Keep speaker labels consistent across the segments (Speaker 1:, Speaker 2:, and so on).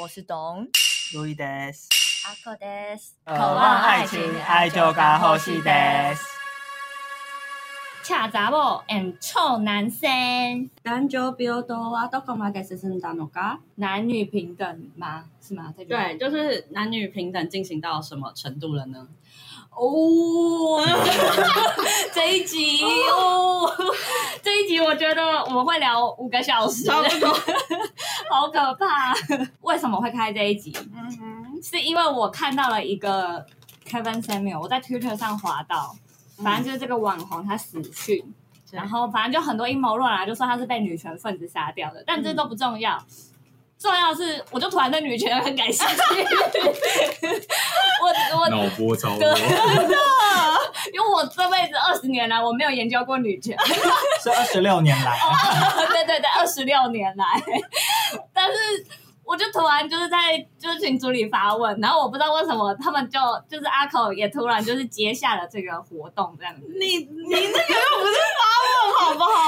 Speaker 1: 我是董
Speaker 2: 路易德斯，
Speaker 1: 阿克德斯，
Speaker 2: 渴望爱情，爱就该呼吸德。
Speaker 1: 恰杂某 and 臭男生，
Speaker 3: 男女平等はどこまで進んだのか？
Speaker 1: 男女平等吗？是吗？这句
Speaker 3: 对，就是男女平等进行到什么程度了呢？
Speaker 1: 哦， 这一集哦， 这一集我觉得我们会聊五个小时，
Speaker 3: 差不多
Speaker 1: 好可怕。为什么会开这一集？
Speaker 3: 嗯哼，
Speaker 1: 是因为我看到了一个 Kevin Samuel，我在 Twitter 上滑到，反正就是这个网红他死讯，
Speaker 3: 对
Speaker 1: 然后反正就很多阴谋论啊啦，就说他是被女权分子杀掉的，但这都不重要。重要是，我就突然对女权很感兴趣。 我我
Speaker 4: 脑波超
Speaker 1: 真
Speaker 4: 多
Speaker 1: 的，因为我这辈子二十年来我没有研究过女权，
Speaker 2: 是二十六年来，
Speaker 3: 哦
Speaker 1: 对对对，二十六年来， 但是我就突然就是在就是群组里发问，然后我不知道为什么他们就就是阿口也突然就是接下了这个活动这样子，
Speaker 3: 你你那个又不是发问好不好？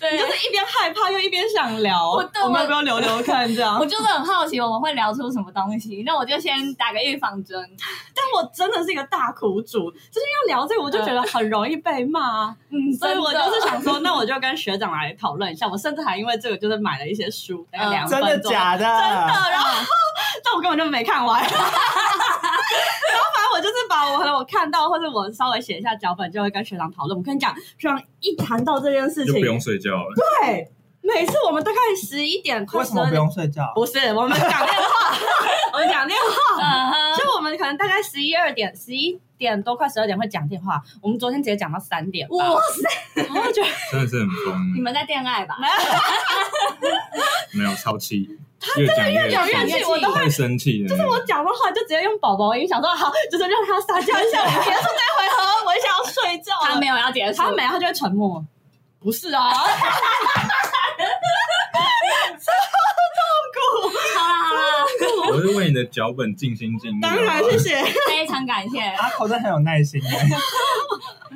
Speaker 1: 对
Speaker 3: 你就是一边害怕又一边想聊，
Speaker 1: 我对我
Speaker 3: 我们要不要聊聊看这样
Speaker 1: 我？就是很好奇我们会聊出什么东西，那我就先打个预防针，
Speaker 3: 但我真的是一个大苦主，就是要聊这个，我就觉得很容易被骂啊，
Speaker 1: 嗯，
Speaker 3: 所以我
Speaker 1: 真的
Speaker 3: 就是想说，那我就跟学长来讨论一下。我甚至还因为这个就是买了一些书，大概两
Speaker 1: 嗯
Speaker 2: 啊真
Speaker 3: 本
Speaker 2: 的
Speaker 3: 左右
Speaker 2: 假的？
Speaker 3: 啊真的，然后但我根本就没看完。 然后反正我就是把我可能我看到或者我稍微写一下脚本，就会跟学长讨论。我跟你讲，学长一谈到这件事
Speaker 4: 就
Speaker 3: 情，
Speaker 4: 不用睡觉了。
Speaker 3: 对，每次我们大概十一点快
Speaker 2: 为什么
Speaker 3: 12
Speaker 2: 不用睡觉？
Speaker 3: 不是我们讲电话，我们讲电话，
Speaker 1: 嗯哼
Speaker 3: 就我们可能大概十一二点、十一点多快十二点会讲电话。我们昨天直接讲到三点吧，
Speaker 1: 哇塞，
Speaker 3: 我就觉得
Speaker 4: 真的是很疯
Speaker 1: 你，们在恋爱吧？
Speaker 4: 没有超气，越讲越
Speaker 3: 有
Speaker 1: 越讲
Speaker 3: 怨气，我都
Speaker 4: 会生气的。就是
Speaker 3: 我讲的话就直接用宝宝音，想说好，就是让他撒娇一下，我结束这回合，我想要睡觉了。
Speaker 1: 他没有要结束，
Speaker 3: 他没，他就会沉默。不 是啊，
Speaker 1: 好啦好啦，
Speaker 4: 我是为你的脚本尽心尽力。好吧
Speaker 3: 谢。
Speaker 1: 非常感谢。
Speaker 2: 阿口真的很有耐心耶，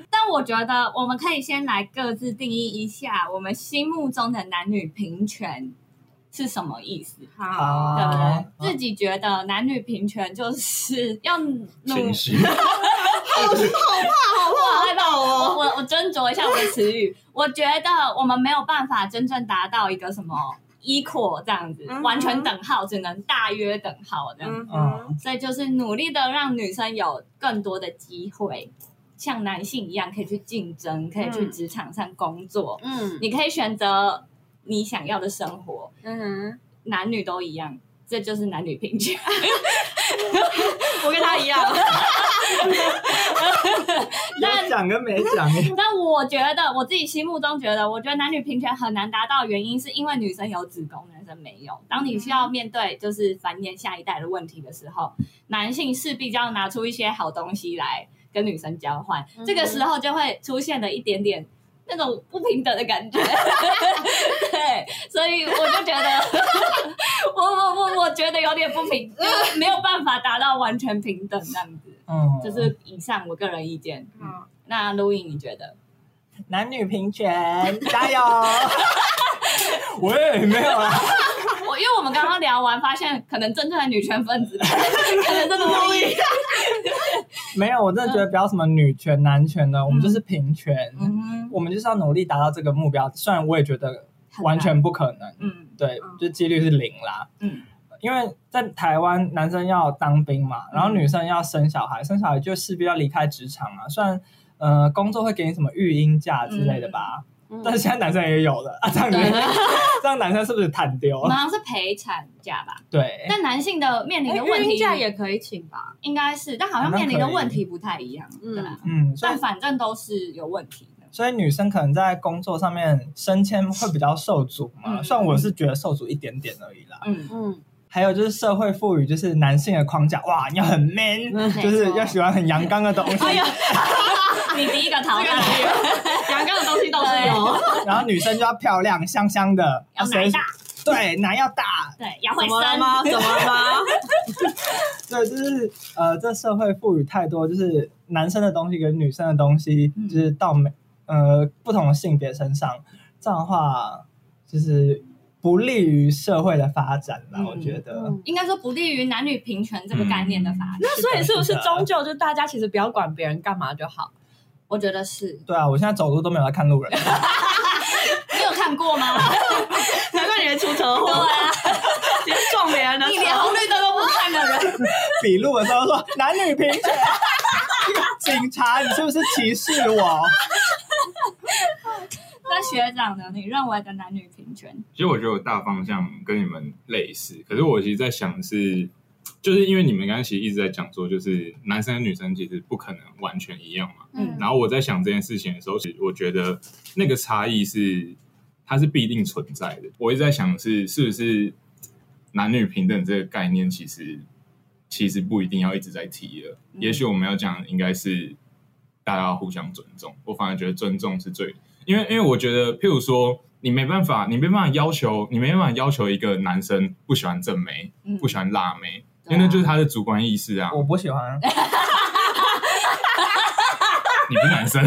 Speaker 1: 但我觉得我们可以先来各自定义一下我们心目中的男女平权是什么意思，
Speaker 3: 好，
Speaker 1: 对不
Speaker 2: 啊
Speaker 1: 对？自己觉得男女平权就是要努，
Speaker 4: 情绪，
Speaker 1: 我害怕 我
Speaker 3: 哦
Speaker 1: 我我斟酌一下我的词语， 我觉得我们没有办法真正达到一个什么 equal 这样子，
Speaker 3: 嗯哼
Speaker 1: 完全等号，只能大约等号这样。
Speaker 3: 嗯
Speaker 2: 嗯，
Speaker 1: 所以就是努力的让女生有更多的机会，像男性一样可以去竞争，可以去
Speaker 3: 嗯
Speaker 1: 职场上工作，
Speaker 3: 嗯
Speaker 1: 你可以选择你想要的生活，
Speaker 3: 嗯，
Speaker 1: 男女都一样，这就是男女平权。
Speaker 3: 我跟他一样，
Speaker 2: 有讲跟没讲耶，
Speaker 1: 但我觉得我自己心目中觉得，我觉得男女平权很难达到，原因是因为女生有子宫，男生没有。当你需要面对就是繁衍下一代的问题的时候，男性势必就要拿出一些好东西来跟女生交换，
Speaker 3: 嗯
Speaker 1: 这个时候就会出现了一点点。那种不平等的感觉， 对，所以我就觉得， 我我我我觉得有点不平，就是没有办法达到完全平等这样子，
Speaker 2: 嗯，
Speaker 1: 这是以上我个人意见。
Speaker 3: 嗯
Speaker 1: 那录影你觉得？
Speaker 2: 男女平权，加油！喂，没有啊啦，
Speaker 1: 我因为我们刚刚聊完，发现可能真正的女权分子， 可能真的不一样。
Speaker 2: 没有，我真的觉得不要什么女权、男权的，我们
Speaker 1: 嗯
Speaker 2: 就是平权，
Speaker 1: 嗯
Speaker 2: 我们就是要努力达到这个目标。虽然我也觉得
Speaker 1: 哼
Speaker 2: 完，全不可能，
Speaker 1: 嗯
Speaker 2: 对
Speaker 3: 嗯，
Speaker 2: 就几率是零啦。
Speaker 1: 嗯
Speaker 2: 因为在台湾，男生要当兵嘛，然后
Speaker 1: 嗯
Speaker 2: 女生要生小孩，生小孩就势必要离开职场啊。虽然呃，工作会给你什么育婴假之类的吧，
Speaker 1: 嗯
Speaker 2: 但是现在男生也有了啊，这样子，这样男生是不是坦丢
Speaker 1: 我？们好像是陪产假吧，
Speaker 2: 对，
Speaker 1: 但男性的面临的问
Speaker 3: 问
Speaker 1: 题
Speaker 3: 题假也可以请吧？
Speaker 1: 应该是，但好像面临的问题不太一样，
Speaker 3: 嗯
Speaker 1: 对吧？
Speaker 2: 嗯，所以
Speaker 1: 但反正都是有问题的。
Speaker 2: 所以女生可能在工作上面升迁会比较受阻嘛，
Speaker 1: 嗯
Speaker 2: 虽然我是觉得受阻一点点而已啦。
Speaker 1: 嗯，
Speaker 3: 嗯，
Speaker 2: 还有就是社会赋予就是男性的框架，哇，你要很 man，
Speaker 3: 嗯
Speaker 2: 就是
Speaker 1: 没错
Speaker 2: 要喜欢很阳刚的东西，
Speaker 3: 哎呀，
Speaker 1: 你第一个
Speaker 3: 这
Speaker 1: 淘
Speaker 3: 个
Speaker 1: 汰，
Speaker 3: 阳刚的东西都是 有，
Speaker 2: 然后女生就要漂亮香香 的，
Speaker 1: 要奶
Speaker 2: 谁
Speaker 1: 大，
Speaker 2: 对奶要大，
Speaker 1: 对，要会
Speaker 3: 啊怎
Speaker 1: 生，
Speaker 3: 么了吗？怎么了吗？
Speaker 2: 对，就是呃，这社会赋予太多就是男生的东西跟女生的东西，
Speaker 1: 嗯
Speaker 2: 就是到每呃不同的性别身上，这样的话就是。不利于社会的发展啦，
Speaker 1: 嗯
Speaker 2: 我觉得。
Speaker 5: 嗯
Speaker 1: 应该说不利于男女平权这个概念的发展。
Speaker 5: 那所以是不
Speaker 2: 是
Speaker 5: 是
Speaker 2: 的
Speaker 5: 终究就大家其实不要管别人干嘛就好？
Speaker 1: 我觉得是，
Speaker 2: 对啊，我现在走路都没有在看路人，
Speaker 3: 嗯
Speaker 1: 你有看过吗？
Speaker 5: 难怪你会出车祸，
Speaker 1: 对啊，
Speaker 5: 你是撞别人的
Speaker 1: 你连红
Speaker 5: 车。
Speaker 1: 绿灯都不 看的人，
Speaker 2: 比路的时候说男女平权。 警察，你是不是歧视我？
Speaker 1: 那学长呢？你认为的男女平权？
Speaker 4: 其实我觉得我大方向跟你们类似，可是我其实在想的是，就是因为你们刚刚其实一直在讲说，就是男生跟女生其实不可能完全一样嘛。
Speaker 1: 嗯
Speaker 4: 然后我在想这件事情的时候，其实我觉得那个差异是它是必定存在的。我一直在想是是不是男女平等这个概念，其实其实不一定要一直在提了。
Speaker 1: 嗯
Speaker 4: 也许我们要讲的应该是大家要互相尊重。我反而觉得尊重是最，因为因为我觉得，譬如说。你没办法，你没办法要求，你没办法要求一个男生不喜欢正妹，
Speaker 1: 嗯
Speaker 4: 不喜欢辣妹，
Speaker 1: 对啊
Speaker 4: 因为那就是他的主观意识啊。
Speaker 2: 我不喜欢。
Speaker 4: 你不 是男生。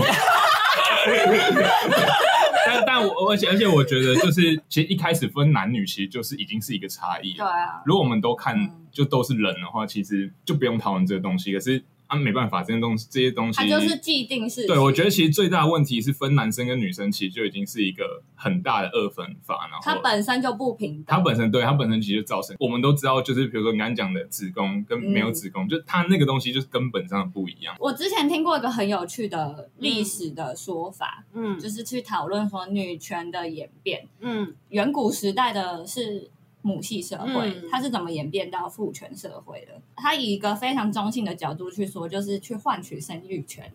Speaker 4: 但但我而且而且我觉得就是，其实一开始分男女，其实就是已经是一个差异
Speaker 1: 对
Speaker 4: 了。
Speaker 1: 啊，
Speaker 4: 如果我们都看
Speaker 1: 嗯
Speaker 4: 就都是人的话，其实就不用讨论这个东西。可是啊，没办法，这些东西这些东西
Speaker 1: 他，就是既定是。
Speaker 4: 对我觉得其实最大的问题是分男生跟女生，其实就已经是一个很大的二分法。然后
Speaker 1: 他本身就不平
Speaker 4: 它
Speaker 1: 等。
Speaker 4: 本身对它本身其实就造成，我们都知道，就是比如说你刚刚讲的子宫跟没
Speaker 1: 嗯
Speaker 4: 有子宫，就它那个东西就是根本上不一样。
Speaker 1: 我之前听过一个很有趣的历史的说法，
Speaker 5: 嗯
Speaker 1: 就是去讨论说女权的演变。
Speaker 5: 嗯
Speaker 1: 远古时代的是母系社会，
Speaker 5: 嗯
Speaker 1: 它是怎么演变到父权社会的？它以一个非常中性的角度去说，就是去换取生育权，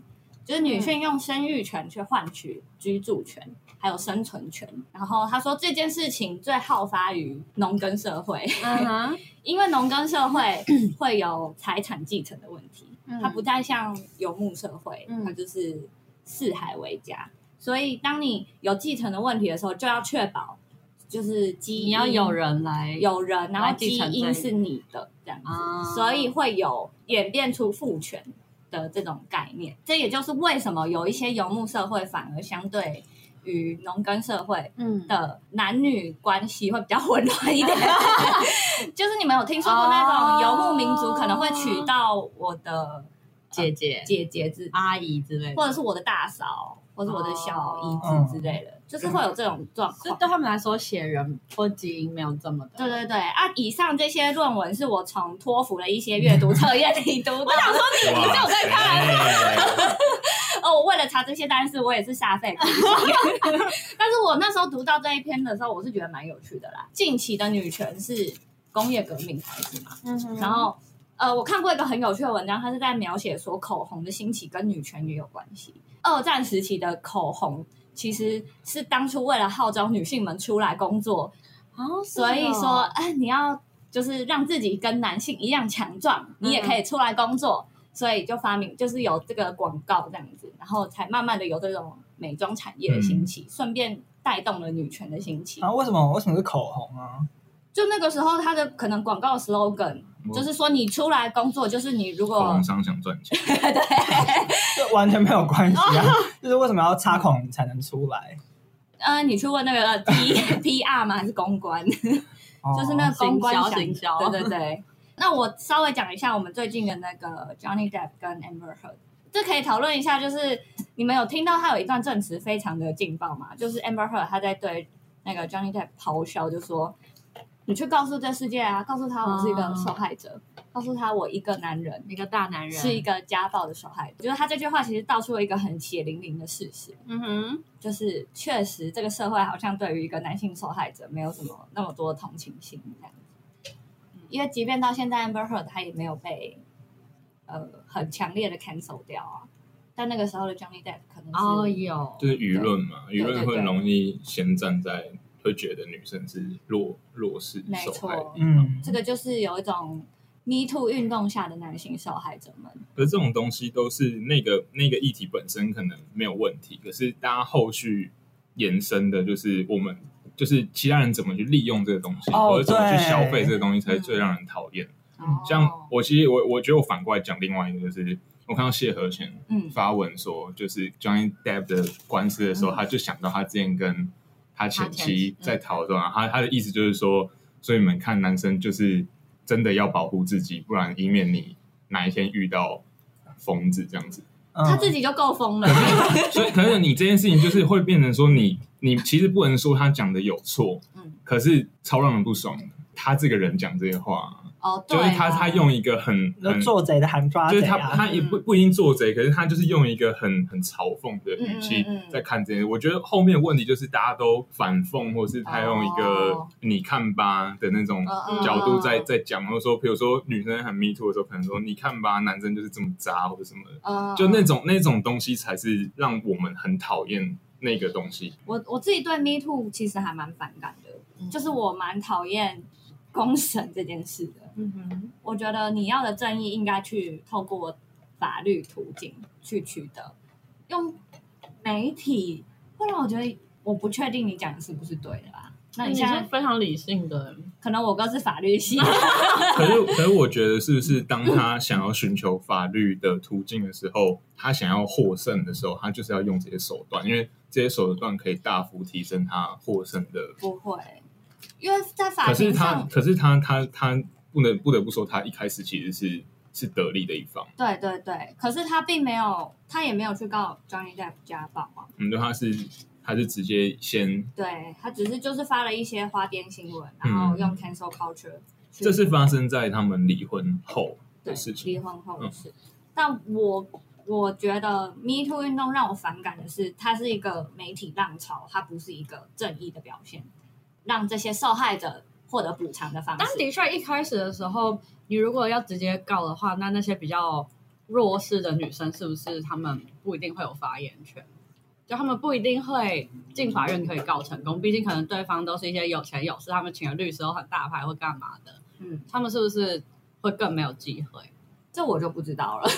Speaker 1: 就是女性用生育权去换取居住权。还有生存权，然后他说这件事情最好发于农耕社会，
Speaker 5: 嗯哼，
Speaker 1: 因为农耕社会会有财产继承的问题，它不再像游牧社会，
Speaker 5: 嗯
Speaker 1: 它就是四海为家。所以，当你有继承的问题的时候，就要确保就是基因
Speaker 5: 你要有人来
Speaker 1: 有人，然
Speaker 5: 来
Speaker 1: 后
Speaker 5: 继
Speaker 1: 基
Speaker 5: 承这
Speaker 1: 因
Speaker 5: 一
Speaker 1: 是你的这样子，
Speaker 5: 啊
Speaker 1: 所以会有演变出父权的这种概念。这也就是为什么有一些游牧社会反而相对于农耕社会
Speaker 5: 嗯
Speaker 1: 的男女关系会比较混乱一 点，就是你们有听说过那种游牧民族可能会娶到我的
Speaker 5: 姐姐、
Speaker 1: 姐姐之，
Speaker 5: 阿姨之类的，
Speaker 1: 或者是我的大嫂，或者我的小姨
Speaker 2: 哦
Speaker 1: 子之类的，就是会有这种状
Speaker 5: 就
Speaker 1: 况。
Speaker 5: 对他们来说，血缘或基因没有这么的。
Speaker 1: 对对对啊！以上这些论文是我从托福的一些阅读测验里读的。我想说
Speaker 4: 你
Speaker 1: 你这有在
Speaker 4: 看？
Speaker 1: 哦，我为了查这些单词，我也是煞费苦 心。但是我那时候读到这一篇的时候，我是觉得蛮有趣的啦。近期的女权是工业革命开始嘛，
Speaker 5: 嗯哼，
Speaker 1: 然后呃，我看过一个很有趣的文章，它是在描写说口红的兴起跟女权也有关系。二战时期的口红其实是当初为了号召女性们出来工作，
Speaker 5: 哦，
Speaker 1: 所以说，哎、你要就是让自己跟男性一样强壮，你也可以出来工作，所以就发明就是有这个广告这样子，然后才慢慢的有这种美妆产业的兴起，顺便带动了女权的兴起。
Speaker 2: 啊，为什么为什么是口红啊？
Speaker 1: 就那个时候，它的可能广告 slogan
Speaker 4: 我
Speaker 1: 就是说，你出来工作，就是你如
Speaker 4: 口
Speaker 1: 果
Speaker 4: 红商想赚钱，
Speaker 2: 这完全没有关系啊，
Speaker 1: 哦
Speaker 2: 就是为什么要擦口红才能出来？
Speaker 1: 呃，你去问那个 P P R 吗？还是公关？就是那
Speaker 2: 哦
Speaker 1: 个公关想
Speaker 5: 哦行销行销
Speaker 1: 对对对。那我稍微讲一下我们最近的那个 Johnny Depp 跟 Amber Heard，这可以讨论一下，就是你们有听到他有一段证词非常的劲爆嘛？就是 Amber Heard 他在对那个 Johnny Depp 咆哮，就说：“你去告诉这世界啊，告诉他我是一个受害者，告诉他我一个男人
Speaker 5: 哦一个大男人
Speaker 1: 是一，个家暴的受害者。”就是他这句话其实道出了一个很血淋淋的事实。
Speaker 5: 嗯哼，
Speaker 1: 就是确实这个社会好像对于一个男性受害者没有什么那么多的同情心这样子
Speaker 4: 嗯
Speaker 1: 因为即便到现在 Amber Heard 他也没有被呃很强烈的 cancel 掉啊，但那个时候的 Johnny Depp 可能是、
Speaker 5: 哦有，
Speaker 4: 就是舆论嘛，
Speaker 1: 对
Speaker 4: 舆论会
Speaker 1: 对对
Speaker 4: 容易先站在会觉得女生是弱弱势哎
Speaker 1: 没
Speaker 4: 受害的
Speaker 1: 错，
Speaker 2: 嗯，
Speaker 1: 这个就是有一种 Me Too 运动下的男性受害者们，
Speaker 4: 可是这种东西都是那个那个议题本身可能没有问题，可是大家后续延伸的，就是我们就是其他人怎么去利用这个东西，
Speaker 2: 哦
Speaker 4: 或者怎么去
Speaker 2: 对
Speaker 4: 消费这个东西，才是最让人讨厌。
Speaker 1: 嗯哦
Speaker 4: 像我其实我我觉得我反过来讲另外一个，就是我看到谢和弦
Speaker 1: 嗯嗯
Speaker 4: 发文说，就是 Johnny Depp 的官司的时候，他就想到他之前跟他前
Speaker 3: 他前期
Speaker 4: 期在逃的啊，他他的意思就是说，所以你们看男生就是真的要保护自己，不然以免你哪一天遇到疯子这 样子。
Speaker 2: 嗯
Speaker 1: 他自己就够疯了。
Speaker 4: 所以可能你这件事情就是会变成说你，你其实不能说他讲的有错，
Speaker 1: 嗯
Speaker 4: 可是超让人不爽的。他这个人讲这些话，
Speaker 1: 哦，对
Speaker 4: 就
Speaker 1: 啊，
Speaker 4: 是他他用一个很
Speaker 2: 那
Speaker 4: 很
Speaker 2: 做贼的喊抓
Speaker 4: 就
Speaker 2: 贼
Speaker 4: 是他
Speaker 2: 啊！
Speaker 4: 他也不
Speaker 1: 嗯
Speaker 4: 不一定做贼，可是他就是用一个很很嘲讽的语气
Speaker 1: 嗯嗯嗯嗯
Speaker 4: 在看这件事。我觉得后面的问题就是大家都反讽，或是他用一个
Speaker 1: 哦
Speaker 4: 你看吧的那种
Speaker 1: 嗯嗯
Speaker 4: 角度在
Speaker 1: 嗯
Speaker 4: 在讲，或者说比如说女生很 me too 的时候，可能说你看吧，男生就是这么渣或者什么的，
Speaker 1: 嗯
Speaker 4: 就那种那种东西才是让我们很讨厌那个东西。
Speaker 1: 我我自己对 Me Too 其实还蛮反感的，
Speaker 5: 嗯
Speaker 1: 就是我蛮讨厌公审这件事的。
Speaker 5: 嗯哼，
Speaker 1: 我觉得你要的正义应该去透过法律途径去取得，用媒体会让我觉得我不确定你讲的是不是对的啦。那你
Speaker 3: 你
Speaker 1: 现
Speaker 3: 是
Speaker 1: 在
Speaker 3: 非常理性的，
Speaker 1: 可能我哥是法律 系，
Speaker 4: 可是， 可是我觉得，是不是当他想要寻求法律的途径的时候，他想要获胜的时候，他就是要用这些手段，因为这些手段可以大幅提升他获胜的。
Speaker 1: 不会，因为在法
Speaker 4: 可是
Speaker 1: 庭
Speaker 4: 他，
Speaker 1: 上，
Speaker 4: 可是他，他，他不能不得不说，他一开始其实是是得利的一方，
Speaker 1: 对对对，可是他并没有，他也没有去告 Johnny Depp 家暴啊，
Speaker 4: 嗯，对，他是他是直接先，
Speaker 1: 对他只是就是发了一些花边新闻，然后用 cancel culture，去
Speaker 4: 嗯这是发生在他们离婚后
Speaker 1: 对
Speaker 4: 的事情嗯
Speaker 1: 离。婚后的事。但我我觉得 Me Too 运动让我反感的是，它是一个媒体浪潮，它不是一个正义的表现，让这些受害者获得补偿的方
Speaker 3: 但
Speaker 1: 式。
Speaker 3: 的确一开始的时候，你如果要直接告的话，那那些比较弱势的女生是不是她们不一定会有发言权？就她们不一定会进法院可以告成功，毕竟可能对方都是一些有钱有势，他们请的律师都很大牌或干嘛的，
Speaker 1: 嗯，
Speaker 3: 他们是不是会更没有机会？
Speaker 1: 这我就不知道了，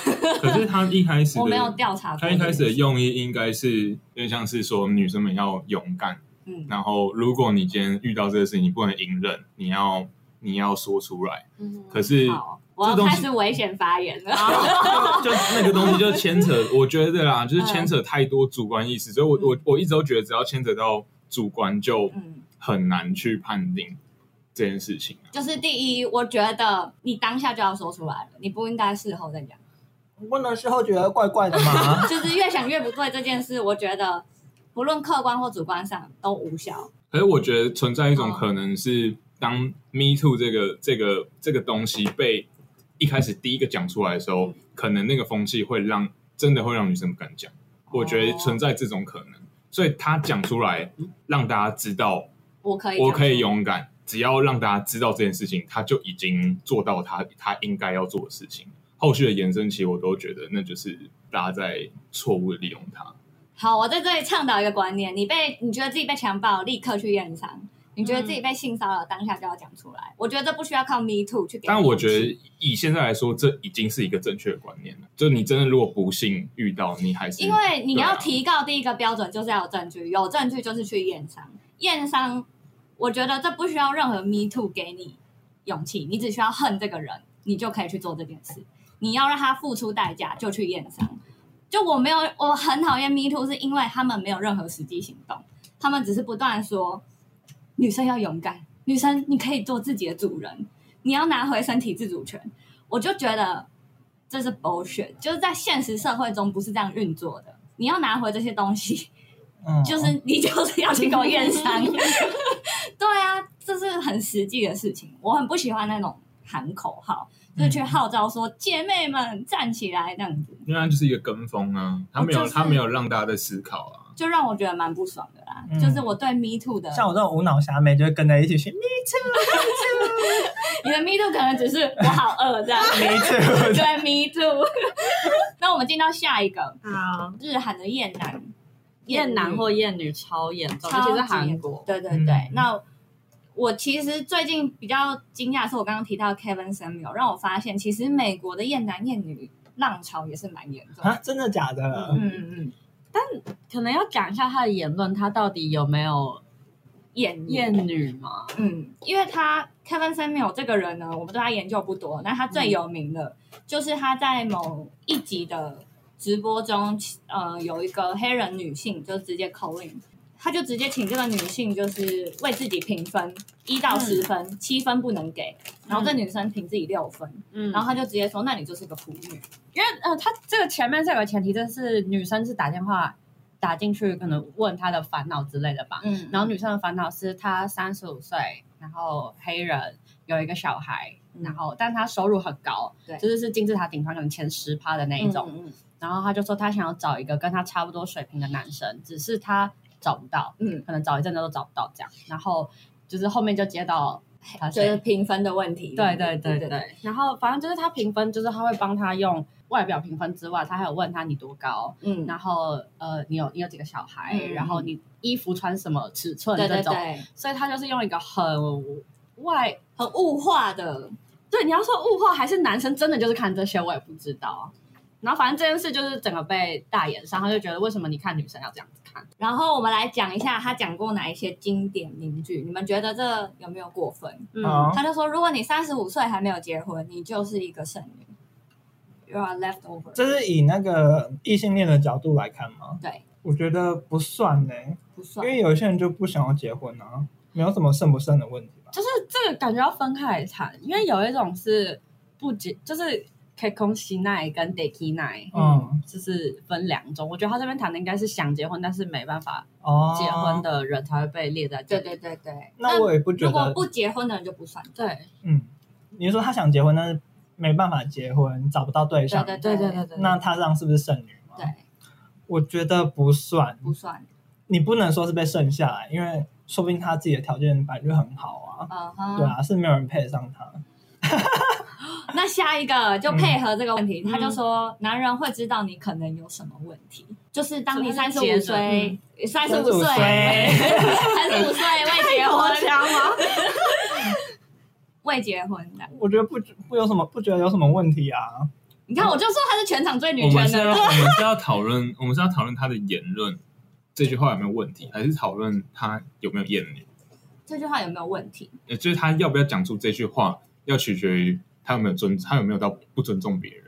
Speaker 4: 可是他一开始
Speaker 1: 我没有
Speaker 4: 的，
Speaker 1: 调查过这
Speaker 4: 他
Speaker 1: 个。
Speaker 4: 一开始的用意应该是，有点像是说女生们要勇敢。
Speaker 1: 嗯
Speaker 4: 然后，如果你今天遇到这个事情，你不能隐忍，你要你要说出来。
Speaker 1: 嗯，
Speaker 4: 可是
Speaker 1: 好，我要
Speaker 4: 这东
Speaker 1: 开
Speaker 4: 西
Speaker 1: 始危险发言了。
Speaker 4: 就那个东西就牵扯，我觉得啦，就是牵扯太多主观意识，所以我我我一直都觉得，只要牵扯到主观，就
Speaker 1: 嗯，
Speaker 4: 很难去判定这件事情啊。
Speaker 1: 就是第一，我觉得你当下就要说出来了，你不应该事后再讲。
Speaker 2: 不能事后觉得怪怪的吗？
Speaker 1: 就是越想越不对这件事，我觉得不论客观或主观上都无效。
Speaker 4: 可是我觉得存在一种
Speaker 1: 哦
Speaker 4: 可能是，当 Me Too 这个这个这个东西被一开始第一个讲出来的时候，可能那个风气会让真的会让女生不敢讲。我觉得存在这种可能，所以他讲出来，让大家知道
Speaker 1: 我可以，
Speaker 4: 我可以。勇敢，只要让大家知道这件事情，他就已经做到他他应该要做的事情。后续的延伸，其实我都觉得那就是大家在错误的利用它。
Speaker 1: 好，我在这里倡导一个观念：你被你觉得自己被强暴，立刻去验伤；你觉得自己被性骚扰，当下就要讲出来。我觉得这不需要靠 Me Too 去给。
Speaker 4: 但我觉，得以现在来说，这已经是一个正确的观念了。就你真的如果不幸遇到，你还是
Speaker 1: 因为你要
Speaker 4: 对啊
Speaker 1: 提告，第一个标准就是要有证据，有证据就是去验伤。验伤，我觉得这不需要任何 Me Too 给你勇气，你只需要恨这个人，你就可以去做这件事。你要让他付出代价，就去验伤。就我没有，我很讨厌 Me Too，是因为他们没有任何实际行动，他们只是不断地说女生要勇敢，女生你可以做自己的主人，你要拿回身体自主权。我就觉得这是 bullshit，就是在现实社会中不是这样运作的。你要拿回这些东西，
Speaker 2: 嗯，
Speaker 1: 就是你就是要去给我验 伤。对啊，这是很实际的事情，我很不喜欢那种喊口号，就是去号召说姐妹们站起来那样子，
Speaker 4: 因为它就是一个跟风啊，他没有、
Speaker 1: 哦就是
Speaker 4: 他没有让大家在思考啊。
Speaker 1: 就让我觉得蛮不爽的啦。
Speaker 2: 嗯
Speaker 1: 就是我对 Me Too 的，
Speaker 2: 像我这种无脑侠妹，就会跟着一 起去。
Speaker 1: 你的 Me Too 可能只是我好饿 这样。
Speaker 2: Me too
Speaker 1: 对，Me too。那我们进到下一个
Speaker 3: 好，
Speaker 1: 日韩的厌男，
Speaker 3: 厌男
Speaker 1: 女
Speaker 3: 或厌女超严重，
Speaker 1: 超
Speaker 3: 尤
Speaker 1: 级
Speaker 3: 其是韩国。
Speaker 1: 对对
Speaker 2: 嗯
Speaker 1: 对，那我其实最近比较惊讶的是，我刚刚提到 Kevin Samuel，让我发现其实美国的厌男厌女浪潮也是蛮严重的。
Speaker 2: 啊，真的假的？
Speaker 1: 嗯嗯嗯，
Speaker 3: 可能要讲一下他的言论，他到底有没有
Speaker 1: 厌
Speaker 3: 厌
Speaker 1: 厌，
Speaker 3: 女吗？
Speaker 1: 嗯，因为他 Kevin Samuel 这个人呢，我们对他研究不多，那他最有名的、就是他在某一集的直播中，呃，有一个黑人女性就直接口 a 他就直接请这个女性就是为自己评分，一到十分，七、分不能给，然后这女生评自己六分，
Speaker 6: 嗯
Speaker 1: 然后他就直接说，那你就是个普女，
Speaker 3: 因为呃，他这个前面是有个前提，就是女生是打电话打进去，可能问她的烦恼之类的吧。
Speaker 1: 嗯
Speaker 3: 然后女生的烦恼是她三十五岁，然后黑人，有一个小孩，
Speaker 1: 嗯
Speaker 3: 然后但她收入很高，
Speaker 1: 对
Speaker 3: 就是是金字塔顶端可能前十趴的那一种。
Speaker 1: 嗯
Speaker 3: 然后她就说她想要找一个跟她差不多水平的男生，只是她找不到，
Speaker 1: 嗯，
Speaker 3: 可能找一阵子都找不到这样。然后就是后面就接到她
Speaker 1: 就是评分的问题，
Speaker 3: 对对对
Speaker 1: 对
Speaker 3: 对，然后反正就是他评分，就是他会帮他用外表评分之外，他还有问他你多高，
Speaker 1: 嗯，
Speaker 3: 然后呃你有你有几个小孩，
Speaker 1: 嗯
Speaker 3: 然后你衣服穿什么尺寸
Speaker 1: 对
Speaker 3: 这
Speaker 1: 对
Speaker 3: 种，
Speaker 1: 对，
Speaker 3: 所以他就是用一个很外，
Speaker 1: 很物化的，
Speaker 3: 对你要说物化还是男生真的就是看这些，我也不知道啊。然后反正这件事就是整个被大眼上，他就觉得为什么你看女生要这样子看？
Speaker 1: 然后我们来讲一下他讲过哪一些经典名句，你们觉得这有没有过分？
Speaker 2: 好
Speaker 1: 他就说，如果你三十五岁还没有结婚，你就是一个剩女，you are leftover。
Speaker 2: 这是以那个异性恋的角度来看吗？
Speaker 1: 对，
Speaker 2: 我觉得不算呢、欸
Speaker 1: 不
Speaker 2: 因
Speaker 1: 算，
Speaker 2: 为有一些人就不想要结婚啊，没有什么剩不剩的问题吧。
Speaker 3: 就是这个感觉要分开来谈，因为有一种是不结，就是可以空吸奈跟 d e k i 奈，
Speaker 2: 嗯，
Speaker 3: 就是分两种。我觉得他这边谈的应该是想结婚，但是没办法
Speaker 2: 哦，
Speaker 3: 结婚。的人才会被列在这
Speaker 1: 对
Speaker 3: 里。
Speaker 1: 对对对。
Speaker 2: 那我也不觉
Speaker 1: 如果
Speaker 2: 得，
Speaker 1: 不结婚的人就不算，
Speaker 3: 对
Speaker 2: 嗯，你说他想结婚，但是没办法结婚，找不到对
Speaker 1: 对
Speaker 2: 象，
Speaker 1: 对
Speaker 3: 对对
Speaker 1: 对
Speaker 3: 对对，
Speaker 2: 那他这样是不是剩女嘛？
Speaker 1: 对，
Speaker 2: 我觉得不算，
Speaker 1: 不算。
Speaker 2: 你不能说是被剩下来，因为说不定他自己的条件本来就很好啊。
Speaker 1: 嗯
Speaker 2: 对
Speaker 1: 哼，
Speaker 2: 啊，是没有人配得上他。
Speaker 1: 那下一个就配合这个问题，
Speaker 2: 嗯
Speaker 1: 他就说男人会知道你可能有什么问题，就是当你
Speaker 3: 所以
Speaker 1: 三十
Speaker 3: 他
Speaker 1: 五
Speaker 3: 是
Speaker 1: 岁，三十
Speaker 2: 35
Speaker 1: 五岁，
Speaker 2: 岁
Speaker 1: 三十五岁未结
Speaker 3: 国
Speaker 1: 婚，
Speaker 3: 家吗？
Speaker 1: 未结婚的。
Speaker 2: 我觉得不不有什么，不觉得有什么问题啊。
Speaker 1: 你看，我就说他是全场最女
Speaker 4: 我们
Speaker 1: 权
Speaker 4: 是啊
Speaker 1: 的
Speaker 4: 要
Speaker 1: 人。
Speaker 4: 我 们是要讨论，我们是要讨论他的言论这句话有没有问题，还是讨论他有没有厌女？
Speaker 1: 这句话有没有问题？
Speaker 4: 呃，就是他要不要讲出这句话，要取决于他有没有尊，他有没有到不尊重别人。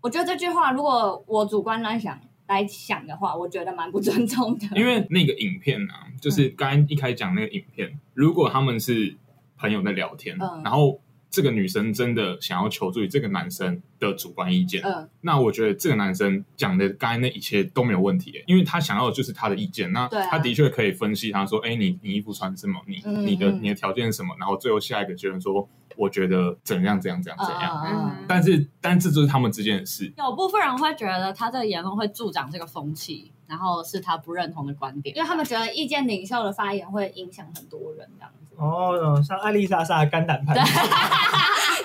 Speaker 1: 我觉得这句话，如果我主观来想来想的话，我觉得蛮不尊重的。
Speaker 4: 因为那个影片啊，就是
Speaker 1: 嗯
Speaker 4: 刚刚一开始讲那个影片，如果他们是朋友在聊天，
Speaker 1: 嗯
Speaker 4: 然后这个女生真的想要求助于这个男生的主观意见，
Speaker 1: 嗯
Speaker 4: 那我觉得这个男生讲的刚才那一切都没有问题耶，因为他想要的就是他的意见，那
Speaker 1: 对啊
Speaker 4: 他的确可以分析，他说，哎、你你衣服穿什么，你
Speaker 1: 嗯
Speaker 4: 你的
Speaker 1: 嗯
Speaker 4: 你的条件是什么，然后最后下一个结论说，我觉得怎样怎样怎样
Speaker 1: 嗯
Speaker 4: 怎样，
Speaker 1: 嗯
Speaker 4: 但是但这就是他们之间的事，
Speaker 6: 有部分人会觉得他这个言论会助长这个风气，然后是他不认同的观点
Speaker 1: 因。为他们觉得意见领袖的发言会影响很多人，这样子，
Speaker 2: 哦，像艾丽莎莎的肝胆派，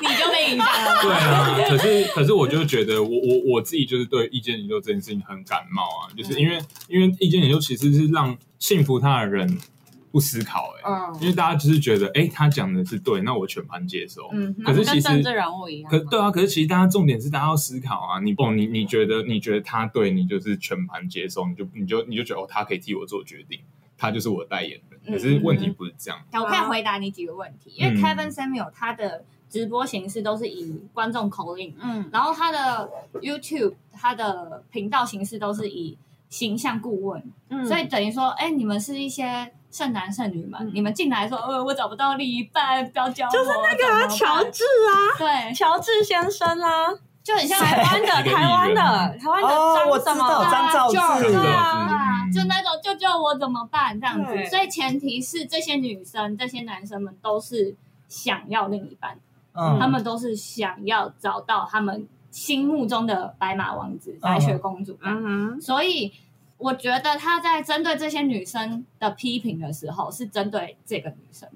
Speaker 1: 你就被影响 了。
Speaker 4: 对啊，可是可是我就觉得我，我我自己就是对意见领袖这件事情很感冒啊，就是因为、
Speaker 1: 嗯
Speaker 4: 因为意见领袖其实是让信服他的人不思考、欸，
Speaker 1: 嗯
Speaker 4: 因为大家就是觉得，哎、他讲的是对，那我全盘接收。
Speaker 1: 嗯哼，
Speaker 4: 可是其
Speaker 6: 跟政
Speaker 4: 实
Speaker 6: 治人物一样
Speaker 4: 可
Speaker 6: 吗，
Speaker 4: 对啊，可是其实大家重点是大家要思考啊，你哦，你你觉得你觉得他对你就是全盘接收，你就你就你就觉得哦，他可以替我做决定，他就是我的代言人。可是问题不是这样，
Speaker 1: 我可以回答你几个问题，因为
Speaker 4: 嗯
Speaker 1: Kevin Samuel 他的直播形式都是以观众口令，
Speaker 6: 嗯，
Speaker 1: 然后他的 YouTube 他的频道形式都是以形象顾问
Speaker 3: 嗯
Speaker 1: 所以等于说，哎、你们是一些剩男剩女们，
Speaker 6: 嗯
Speaker 1: 你们进来说，呃，我找不到另一半，不要教我，就是那
Speaker 3: 啊，
Speaker 1: 个
Speaker 3: 乔治啊，
Speaker 1: 对，
Speaker 3: 乔治先生啊，
Speaker 1: 就很像啊
Speaker 3: 台 湾的
Speaker 4: 一个艺人
Speaker 3: 台湾的台湾
Speaker 2: 哦我
Speaker 3: 的
Speaker 2: 知
Speaker 3: 张什
Speaker 2: 道
Speaker 3: 么？
Speaker 2: 张兆
Speaker 1: 啊
Speaker 2: 志
Speaker 1: 对
Speaker 4: 张
Speaker 1: 啊
Speaker 4: 兆，志
Speaker 1: 就那种救救我怎么办这样子。
Speaker 3: 对
Speaker 1: 所以前提是这些女生、这些男生们都是想要另一半，
Speaker 2: 嗯，
Speaker 1: 他们都是想要找到他们心目中的白马王子、白雪公主这样。
Speaker 3: 嗯哼，
Speaker 1: 所以我觉得他在针对这些女生的批评的时候，是针对这个女生，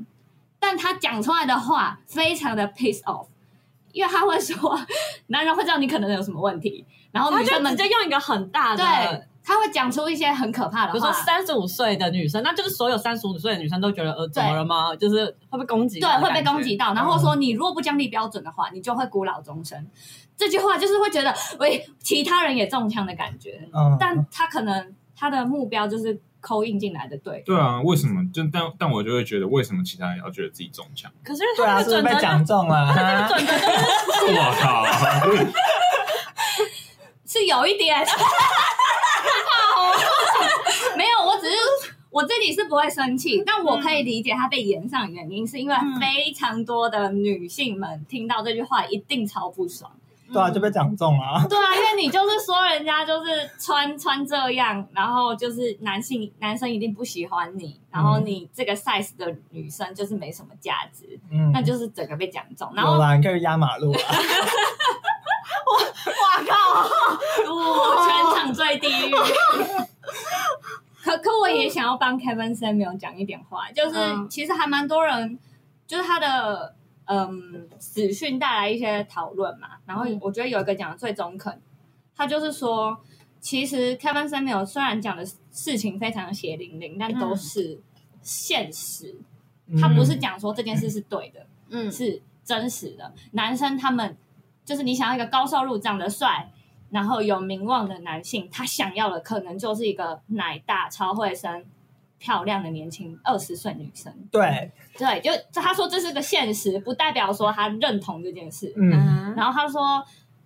Speaker 1: 但他讲出来的话非常的 piss off，因为他会说男人会知道你可能有什么问题，然后
Speaker 3: 他
Speaker 1: 女生
Speaker 3: 就直
Speaker 1: 们
Speaker 3: 接用一个很大
Speaker 1: 对
Speaker 3: 的。
Speaker 1: 他会讲出一些很可怕
Speaker 6: 比如
Speaker 1: 的
Speaker 6: 说
Speaker 1: 话。
Speaker 6: 三十五岁的女生，那就是所有三十五岁的女生都觉得，呃，怎么了吗？就是会被攻击
Speaker 1: 对
Speaker 6: 到，的
Speaker 1: 会
Speaker 6: 感觉，嗯
Speaker 1: 被攻击到，然后说你如果不降低标准的话，你就会孤老终生。这句话就是会觉得，喂，其他人也中枪的感觉，
Speaker 2: 嗯，
Speaker 1: 但他可能他的目标就是扣印进来的对
Speaker 4: 对啊，为什么？就但但我就会觉得，为什么其他人要觉得自己中枪？
Speaker 6: 可是因为
Speaker 2: 对
Speaker 6: 他
Speaker 2: 啊，
Speaker 6: 们
Speaker 2: 是不是
Speaker 6: 准则
Speaker 2: 被讲中了啊？
Speaker 4: 我靠！
Speaker 1: 哦是有一点，没有，我只是我自己是不会生气，但我可以理解他被延上的原因，是因为
Speaker 5: 嗯
Speaker 1: 非常多的女性们听到这句话一定超不爽。
Speaker 2: 对啊，就被讲中啊。
Speaker 1: 对啊，因为你就是说人家就是穿穿这样，然后就是男性男生一定不喜欢你，然后你这个 size 的女生就是没什么价值，
Speaker 2: 嗯，
Speaker 1: 那就是整个被讲中。然
Speaker 2: 有
Speaker 1: 后
Speaker 2: 啦，你可以压马路啊。
Speaker 5: 哇
Speaker 3: 啊
Speaker 5: 靠！
Speaker 1: 我哦全场最地 狱。可可我也想要帮 Kevin Samuel 讲一点话，就是
Speaker 3: 嗯
Speaker 1: 其实还蛮多人，就是他的嗯死讯带来一些讨论嘛。然后
Speaker 3: 嗯
Speaker 1: 我觉得有一个讲的最中肯，他就是说，其实 Kevin Samuel 虽然讲的事情非常的血淋淋，但
Speaker 3: 嗯
Speaker 1: 都是现实。
Speaker 2: 嗯
Speaker 1: 他不是讲说这件事是对的，
Speaker 3: 嗯
Speaker 1: 是真实的。男生他们就是你想要一个高收入、长得帅，然后有名望的男性，他想要的可能就是一个奶大、超会生、漂亮的年轻二十岁女生。
Speaker 2: 对，
Speaker 1: 对，就他说这是个现实，不代表说他认同这件事。
Speaker 2: 嗯，
Speaker 1: 然后他说，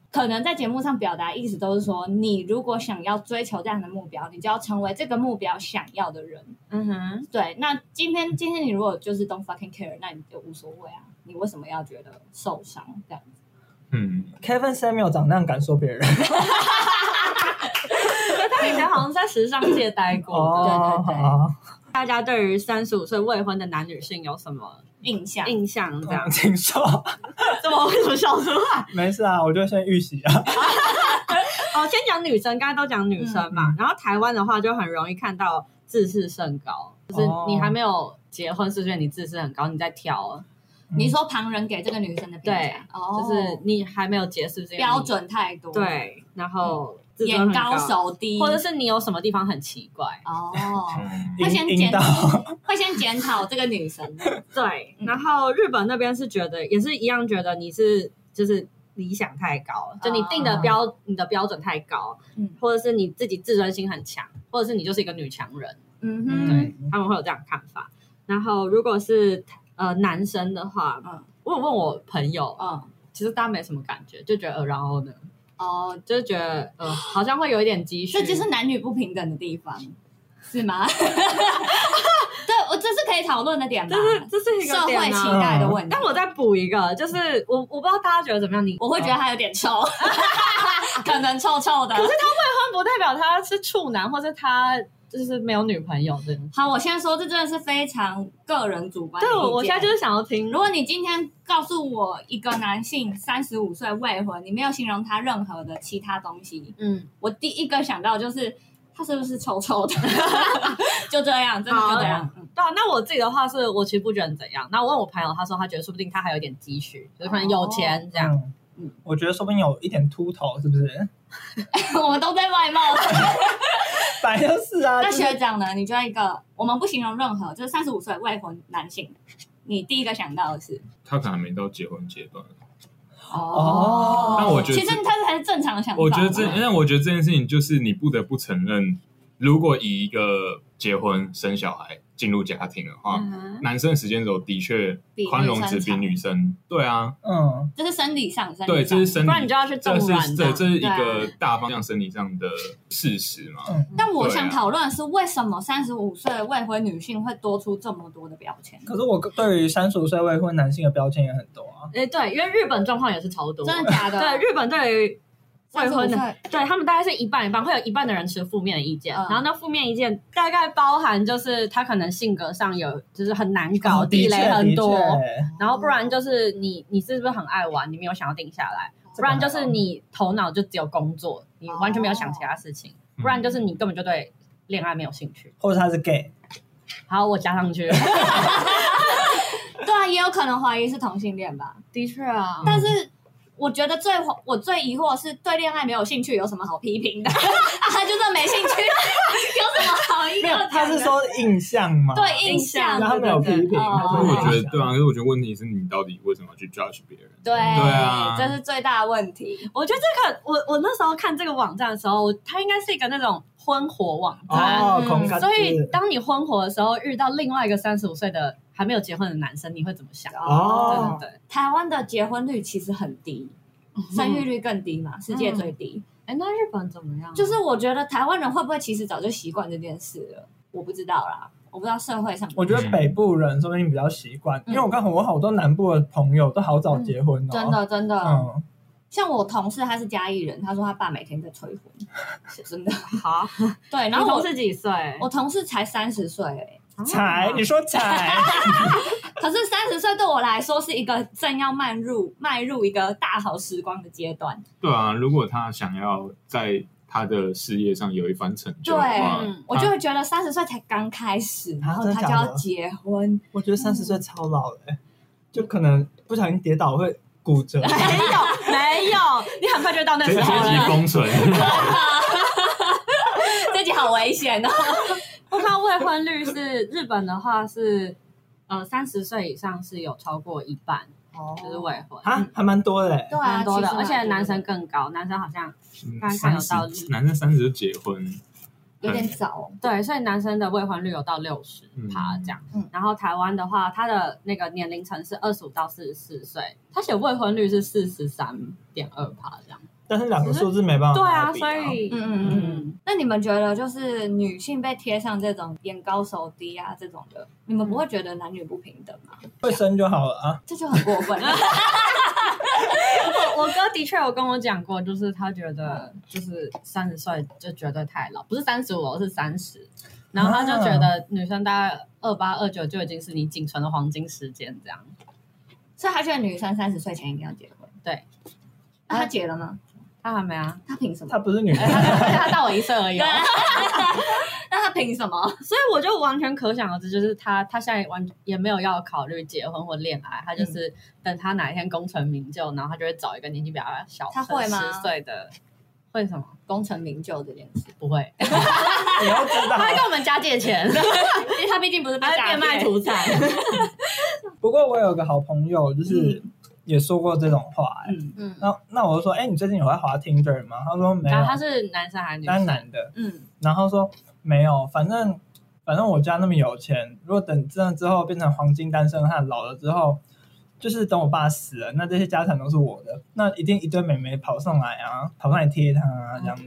Speaker 1: 可能在节目上表达意思都是说，你如果想要追求这样的目标，你就要成为这个目标想要的人。
Speaker 5: 嗯哼，
Speaker 1: 对，那今天今天你如果就是 don't fucking care，那你就无所谓啊，你为什么要觉得受伤这样子？
Speaker 4: 嗯，
Speaker 2: Kevin Samuel 长那样敢说别人，
Speaker 3: 他以前好像在时尚界待过。
Speaker 2: 哦，
Speaker 1: 对对对
Speaker 2: 好，
Speaker 3: 大家对于三十五岁未婚的男女性有什么
Speaker 1: 印象
Speaker 3: 印象？这 样
Speaker 2: 嗯请说，
Speaker 3: 怎么为什么笑出来？
Speaker 2: 没事啊，我就先预习啊。
Speaker 3: 哦，先讲女生，刚才都讲女生
Speaker 1: 嗯
Speaker 3: 嘛。然后台湾的话，就很容易看到自视甚高，就是
Speaker 1: 哦
Speaker 3: 你还没有结婚，是因为你自视很高，你在挑，啊
Speaker 1: 你说旁人给这个女生的评价，哦，
Speaker 3: 就是你还没有结，是不是
Speaker 1: 标？准太多，，
Speaker 3: 对，然后自尊
Speaker 1: 眼
Speaker 3: 很
Speaker 1: 高，手低，
Speaker 3: 或者是你有什么地方很奇怪？
Speaker 1: 哦，
Speaker 4: 嗯
Speaker 1: 会先
Speaker 2: 阴阴
Speaker 1: 检
Speaker 2: 道，
Speaker 1: 会先检讨这个女生，
Speaker 3: 对，
Speaker 1: 嗯
Speaker 3: 然后日本那边是觉得也是一样，觉得你是就是理想太高了，就你定的标、你的标准太高，
Speaker 1: 哦嗯
Speaker 3: 或者是你自己自尊心很强，或者是你就是一个女强人，
Speaker 1: 嗯哼，
Speaker 2: 嗯
Speaker 3: 对他们会有这样看法。然后如果是呃男生的话，
Speaker 1: 嗯
Speaker 3: 我有问我朋友，啊
Speaker 1: 嗯，
Speaker 3: 其实大家没什么感觉，就觉得呃然后呢，
Speaker 1: 哦，
Speaker 3: 就是觉得呃好像会有一点积蓄，
Speaker 1: 这就是男女不平等的地方，是吗？ 对，我这是可以讨论的点吧
Speaker 3: 这，是这是一
Speaker 1: 社
Speaker 3: 个点
Speaker 1: 会期
Speaker 3: 啊。
Speaker 1: 待的问题
Speaker 3: 但。我再补一个，就是我我不知道大家觉得怎么样，你呃
Speaker 1: 我会觉得他有点臭， 可能臭臭的。
Speaker 3: 不代表他是处男，或者他就是没有女朋友这种。
Speaker 1: 好，我现在说这真的是非常个人主观的
Speaker 3: 对，
Speaker 1: 意见。
Speaker 3: 我现在就是想要听，
Speaker 1: 如果你今天告诉我一个男性三十五岁未婚，你没有形容他任何的其他东西，
Speaker 3: 嗯，
Speaker 1: 我第一个想到就是他是不是臭臭的， 就这样，真的就这样。嗯
Speaker 3: 对啊。那我自己的话是，我其实不觉得怎样。那我问我朋友，他说他觉得说不定他还有点积蓄，就是可能有钱这
Speaker 1: 哦
Speaker 3: 样。
Speaker 2: 嗯我觉得说不定有一点秃头，是不是？
Speaker 1: 嗯我们都在外貌。
Speaker 2: 反正就是啊，
Speaker 1: 那
Speaker 2: 就是
Speaker 1: 学长呢？你觉得一个我们不形容任何，就是三十五岁未婚男性，你第一个想到的是？
Speaker 4: 他可能还没到结婚阶段。
Speaker 2: 哦
Speaker 4: 但我觉得
Speaker 1: 其实他才是正常的想法。
Speaker 4: 我觉得这，但我觉得这件事情就是你不得不承认，如果以一个结婚生小孩进入家庭的话，
Speaker 3: 嗯
Speaker 4: 男生的时间轴的确
Speaker 1: 比
Speaker 4: 宽容值比
Speaker 1: 女
Speaker 4: 女生对啊，
Speaker 2: 嗯，
Speaker 1: 这是生理上，生理上
Speaker 4: 对，这是生
Speaker 3: 不然你
Speaker 4: 理
Speaker 3: 就，要去纵啊
Speaker 4: 这
Speaker 3: 软
Speaker 4: 是
Speaker 3: 这
Speaker 4: 对，
Speaker 3: 样
Speaker 4: 这是一个
Speaker 1: 对
Speaker 4: 大方向生理上的事实嘛。
Speaker 1: 但我想
Speaker 4: 对啊
Speaker 1: 讨论的是，为什么三十五岁的未婚女性会多出这么多的标签？
Speaker 2: 可是我对于三十五岁未婚男性的标签也很多啊。
Speaker 3: 哎，对，因为日本状况也是超多，
Speaker 1: 真的假的？
Speaker 3: 对，日本对于未婚的
Speaker 1: 35岁
Speaker 3: 对他们大概是一半一半，会有一半的人持负面的意见，
Speaker 1: 嗯
Speaker 3: 然后那负面意见大概包含就是他可能性格上有就是很难
Speaker 1: 哦
Speaker 3: 搞，地雷很多，然后不然就是你你是不是很爱玩，你没有想要定下来，不然就是你头脑就只有工作，你完全没有想其他事情，
Speaker 4: 嗯
Speaker 3: 不然就是你根本就对恋爱没有兴趣。
Speaker 2: 或者他是 gay，
Speaker 3: 好，我加上
Speaker 1: 对
Speaker 3: 去，
Speaker 1: 啊，也有可能怀疑是同性恋吧。
Speaker 3: 的确啊
Speaker 1: 但是我觉得最我最疑惑的是对恋爱没有兴趣，有什么好批评的？ 啊，就这没兴趣，有什么好一
Speaker 2: 没有
Speaker 1: 个？
Speaker 2: 他是说印象嘛？
Speaker 1: 对印
Speaker 2: 然
Speaker 1: 象
Speaker 2: 后，他没有批评，
Speaker 1: 对对
Speaker 2: 他
Speaker 4: 所
Speaker 2: 说
Speaker 4: 以我
Speaker 1: 哦
Speaker 4: 觉得对啊，可是我觉得问题是你到底为什么要去 judge 别人？
Speaker 1: 对，
Speaker 4: 啊
Speaker 1: 这是最大的问题。
Speaker 3: 我觉得这个，我我那时候看这个网站的时候，我它应该是一个那种婚活网站，
Speaker 2: 哦，
Speaker 1: 嗯
Speaker 2: 空格
Speaker 3: 所以当你婚活的时候遇到另外一个三十五岁的还没有结婚的男生，你会怎么想？
Speaker 2: 哦
Speaker 3: 对对对，
Speaker 1: 台湾的结婚率其实很低，生育率更低嘛，世界
Speaker 3: 嗯
Speaker 1: 最低。
Speaker 3: 哎，那日本怎么样？
Speaker 1: 就是我觉得台湾人会不会其实早就习惯这件事了？我不知道啦，我不知道社会上。
Speaker 2: 我觉得北部人说不定比较习惯，因为我刚好我好多南部的朋友都好早结婚哦，
Speaker 1: 真，的真的，
Speaker 2: 嗯，
Speaker 1: 像我同事他是嘉义人，他说他爸每天在催婚，是真的。
Speaker 3: 好，
Speaker 1: 对，然
Speaker 3: 然
Speaker 1: 后
Speaker 3: 后
Speaker 1: 我
Speaker 3: 我是几岁？
Speaker 1: 我同事才三十岁而已，
Speaker 2: 才你说才，
Speaker 1: 可是三十岁对我来说是一个正要迈入迈入一个大好时光的阶段。
Speaker 4: 对啊，如果他想要在他的事业上有一番成就的话，
Speaker 3: 嗯
Speaker 1: 我就会觉得三十岁才刚开始，然后
Speaker 2: 啊真的
Speaker 1: 他
Speaker 2: 假
Speaker 1: 就
Speaker 2: 的
Speaker 1: 要结婚，
Speaker 2: 我觉得三十
Speaker 3: 嗯
Speaker 2: 岁超老了、欸，就可能不小心跌倒会骨 折。
Speaker 3: 哎
Speaker 5: 没有没有，你很快就到那
Speaker 4: 这
Speaker 5: 时
Speaker 4: 这
Speaker 5: 候
Speaker 4: 集
Speaker 5: 了。
Speaker 4: 封存，
Speaker 1: 这集好危险哦。
Speaker 3: 我看未婚率是日本的话是，呃，三十岁以上是有超过一半， 就是未婚
Speaker 2: 啊，还蛮多的、欸
Speaker 1: 对，啊，
Speaker 3: 蛮多的，
Speaker 1: 其实
Speaker 3: 而且
Speaker 1: 蛮多的
Speaker 3: 男生更高，男生好像看看
Speaker 4: 三
Speaker 3: 有道理
Speaker 4: 十男生三十就结婚，
Speaker 1: 有点早，
Speaker 3: 对，所以男生的未婚率有到六十趴这样。
Speaker 1: 嗯
Speaker 3: 然后台湾的话，它的那个年龄层是二十五到四十四岁，他写未婚率是四十三点二趴这样。
Speaker 2: 但是两个数字没办法
Speaker 3: 对
Speaker 2: 拿
Speaker 3: 啊，
Speaker 2: 来哦比、
Speaker 3: 所以
Speaker 1: 嗯嗯嗯嗯。
Speaker 3: 嗯，
Speaker 1: 那你们觉得，就是女性被贴上这种眼高手低啊这种的，你们
Speaker 4: 嗯
Speaker 1: 不会觉得男女不平等吗？
Speaker 2: 会生就好了啊。
Speaker 1: 这就很过分。
Speaker 3: 我我哥的确有跟我讲过，就是他觉得就是三十岁就觉得太老，不是三十五，是三十。然后他就觉得女生大概二八二九就已经是你仅存的黄金时间这样。
Speaker 1: 所以他觉得女生三十岁前一定要结婚。
Speaker 3: 对，
Speaker 1: 那他结了吗？
Speaker 3: 他还没啊，
Speaker 1: 他凭什么
Speaker 2: 她？不是 女生，
Speaker 3: 他大我一岁而已
Speaker 1: 对
Speaker 3: 哦。
Speaker 1: 啊， 那他凭什么？
Speaker 3: 所以我就完全可想而知，就是他他现在完也没有要考虑结婚或恋爱，他就是等他哪一天功成名就，然后他就会找一个年纪比较小，
Speaker 1: 他会吗
Speaker 3: 十岁的会什么？
Speaker 1: 功成名就这件事，
Speaker 3: 不会，
Speaker 2: 你要知道
Speaker 3: 他。会跟我们家借 钱，
Speaker 1: 因为他毕竟不是被
Speaker 3: 他会
Speaker 1: 诈
Speaker 3: 变卖
Speaker 1: 骗
Speaker 3: 土 产。
Speaker 2: 不过我有个好朋友，就是也说过这种话、欸。
Speaker 3: 嗯，
Speaker 1: 嗯
Speaker 2: 那那我就说，哎、你最近有在滑 Tinder 吗？他说没有
Speaker 3: 然后，他是男生还是女
Speaker 2: 但是
Speaker 3: 生？
Speaker 2: 男的。
Speaker 1: 嗯，
Speaker 2: 然后说没有，反正反正我家那么有钱，如果等真的之后变成黄金单身汉，老了之后，就是等我爸死了，那这些家产都是我的，那一定一堆美眉跑上来啊，跑上来贴他啊，这样子。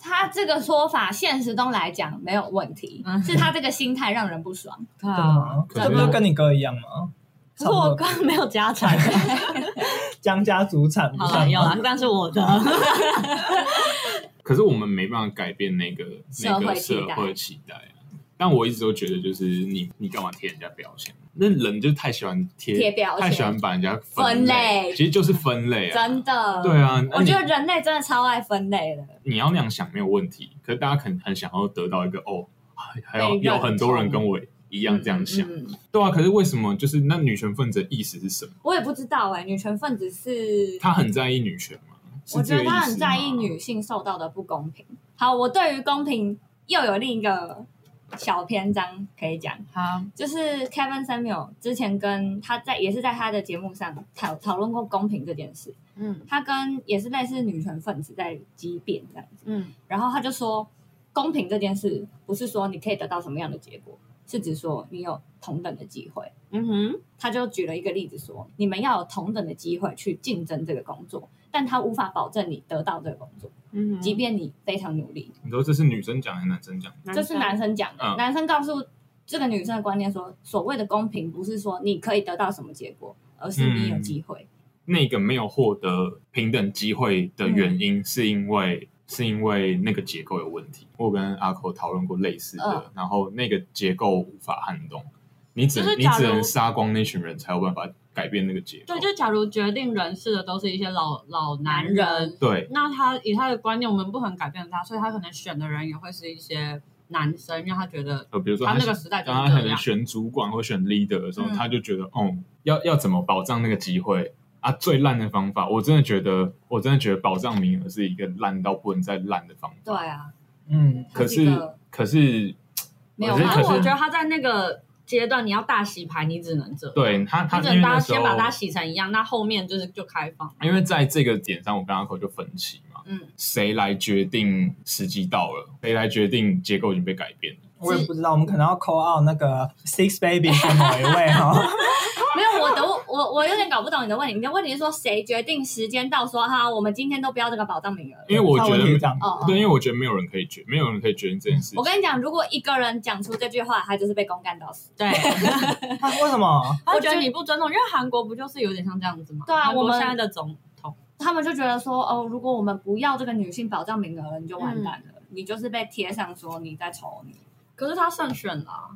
Speaker 1: 他这个说法现实中来讲没有问题，
Speaker 3: 嗯
Speaker 1: 是他这个心态让人不爽。
Speaker 3: 对
Speaker 2: 真的
Speaker 3: 啊，
Speaker 2: 吗？
Speaker 4: 可是
Speaker 2: 这不就跟你哥一样吗？
Speaker 3: 可是我
Speaker 2: 差不多
Speaker 3: 哥没有家 产，
Speaker 2: 江家祖产不
Speaker 3: 好
Speaker 2: 算
Speaker 3: 了
Speaker 2: 吗
Speaker 3: 有啦，但是我的
Speaker 4: 可是我们没办法改变那个那个
Speaker 1: 社会期
Speaker 4: 社
Speaker 1: 待
Speaker 4: 会期待啊。但我一直都觉得，就是你你干嘛贴人家标签？那人就太喜欢贴
Speaker 1: 贴标签
Speaker 4: 太喜欢把人家
Speaker 1: 分
Speaker 4: 类，
Speaker 1: 类
Speaker 4: 其实就是分类啊。
Speaker 1: 真的，
Speaker 4: 对啊，那
Speaker 1: 嗯我
Speaker 4: 你
Speaker 1: 觉得人类真的超爱分类的。
Speaker 4: 你要那样想没有问题，可是大家可能很想要得到一个哦，还还有
Speaker 1: 被认
Speaker 4: 有
Speaker 1: 同
Speaker 4: 很多人跟我一样这样想，
Speaker 1: 嗯，
Speaker 4: 对啊。可是为什么就是那女权分子的意思是什么？
Speaker 1: 我也不知道哎、女权分子是，
Speaker 4: 她很在意女权吗？是
Speaker 1: 我觉得
Speaker 4: 这个意思吗
Speaker 1: 她很在意女性受到的不公平。好，我对于公平又有另一个小篇章可以讲，
Speaker 3: 好，
Speaker 1: 就是 Kevin Samuel 之前跟他在也是在他的节目上讨讨论过公平这件事，
Speaker 3: 嗯
Speaker 1: 他跟也是类似女权分子在激辩这样子，
Speaker 3: 嗯
Speaker 1: 然后他就说，公平这件事不是说你可以得到什么样的结果，是指说你有同等的机会。
Speaker 3: 嗯哼，
Speaker 1: 他就举了一个例子说，你们要有同等的机会去竞争这个工作，但他无法保证你得到这个工作，
Speaker 3: 嗯哼，
Speaker 1: 即便你非常努力。
Speaker 4: 你说这是女生讲还是男生讲？
Speaker 1: 这是男生讲的，
Speaker 4: 嗯
Speaker 1: 男生告诉这个女生的观念说，所谓的公平不是说你可以得到什么结果，而是你
Speaker 4: 嗯
Speaker 1: 有机会。
Speaker 4: 那个没有获得平等机会的原因，是因为、
Speaker 1: 嗯
Speaker 4: 是因为那个结构有问题。我跟阿寇讨论过类似的，
Speaker 1: 嗯
Speaker 4: 然后那个结构无法撼动，你只
Speaker 3: 就是
Speaker 4: 你
Speaker 3: 假如
Speaker 4: 只能杀光那群人，才有办法改变那个结构
Speaker 3: 对，。就假如决定人事的都是一些老老
Speaker 1: 男
Speaker 3: 男人
Speaker 1: 人，
Speaker 4: 对，
Speaker 3: 那他以他的观念，我们不可能改变他，所以他可能选的人也会是一些男生，让他觉得
Speaker 4: 呃，比如说
Speaker 3: 他
Speaker 4: 他
Speaker 3: 那个时代就
Speaker 4: 当
Speaker 3: 是
Speaker 4: 他可
Speaker 3: 这
Speaker 4: 能
Speaker 3: 样。
Speaker 4: 选主管或选 leader 的时候，
Speaker 1: 嗯
Speaker 4: 他就觉得，哦，要要怎么保障那个机会啊？最烂的方法，我真的觉得，我真的觉得保障名额是一个烂到不能再烂的方法。
Speaker 1: 对啊，
Speaker 2: 嗯，
Speaker 4: 可
Speaker 1: 它
Speaker 4: 是
Speaker 1: 一个
Speaker 4: 可是，
Speaker 1: 没有
Speaker 4: 我觉
Speaker 3: 可
Speaker 4: 得
Speaker 1: 办
Speaker 3: 是
Speaker 4: 可
Speaker 3: 我
Speaker 1: 法
Speaker 4: 是
Speaker 3: 觉得他在那个阶段，你要大洗牌，你只能这样，
Speaker 4: 对他他
Speaker 3: 你
Speaker 4: 因
Speaker 3: 只
Speaker 4: 为
Speaker 3: 能大
Speaker 4: 那
Speaker 3: 家
Speaker 4: 时
Speaker 3: 先
Speaker 4: 候
Speaker 3: 把它洗成一样，那后面就是就开放。
Speaker 4: 因为在这个点上，我跟阿口就分歧嘛，
Speaker 1: 嗯，
Speaker 4: 谁来决定时机到了，谁来决定结构已经被改变了。
Speaker 2: 我也不知道，我们可能要 call out 那个 Six Baby 的某一位哈、
Speaker 1: 没有，我都我我有点搞不懂你的问题。你的问题是说谁决定时间到说哈，我们今天都不要这个保障名额了？
Speaker 4: 因为我觉得
Speaker 2: 问题这样，
Speaker 1: 哦，哦
Speaker 4: 对，因为我觉得没有人可以决，没有人可以决定这件事情
Speaker 1: 我。跟你讲，如果一个人讲出这句话，他就是被公干到死。
Speaker 3: 对，
Speaker 2: 啊为什么？
Speaker 3: 我觉得你不尊重，因为韩国不就是有点像这样子吗？
Speaker 1: 对啊
Speaker 3: 韩国
Speaker 1: 我们
Speaker 3: 现在的总统，
Speaker 1: 他们就觉得说，哦，如果我们不要这个女性保障名额了，你就完蛋了，你就是被贴上说你在丑女。
Speaker 3: 可是他胜选了啊、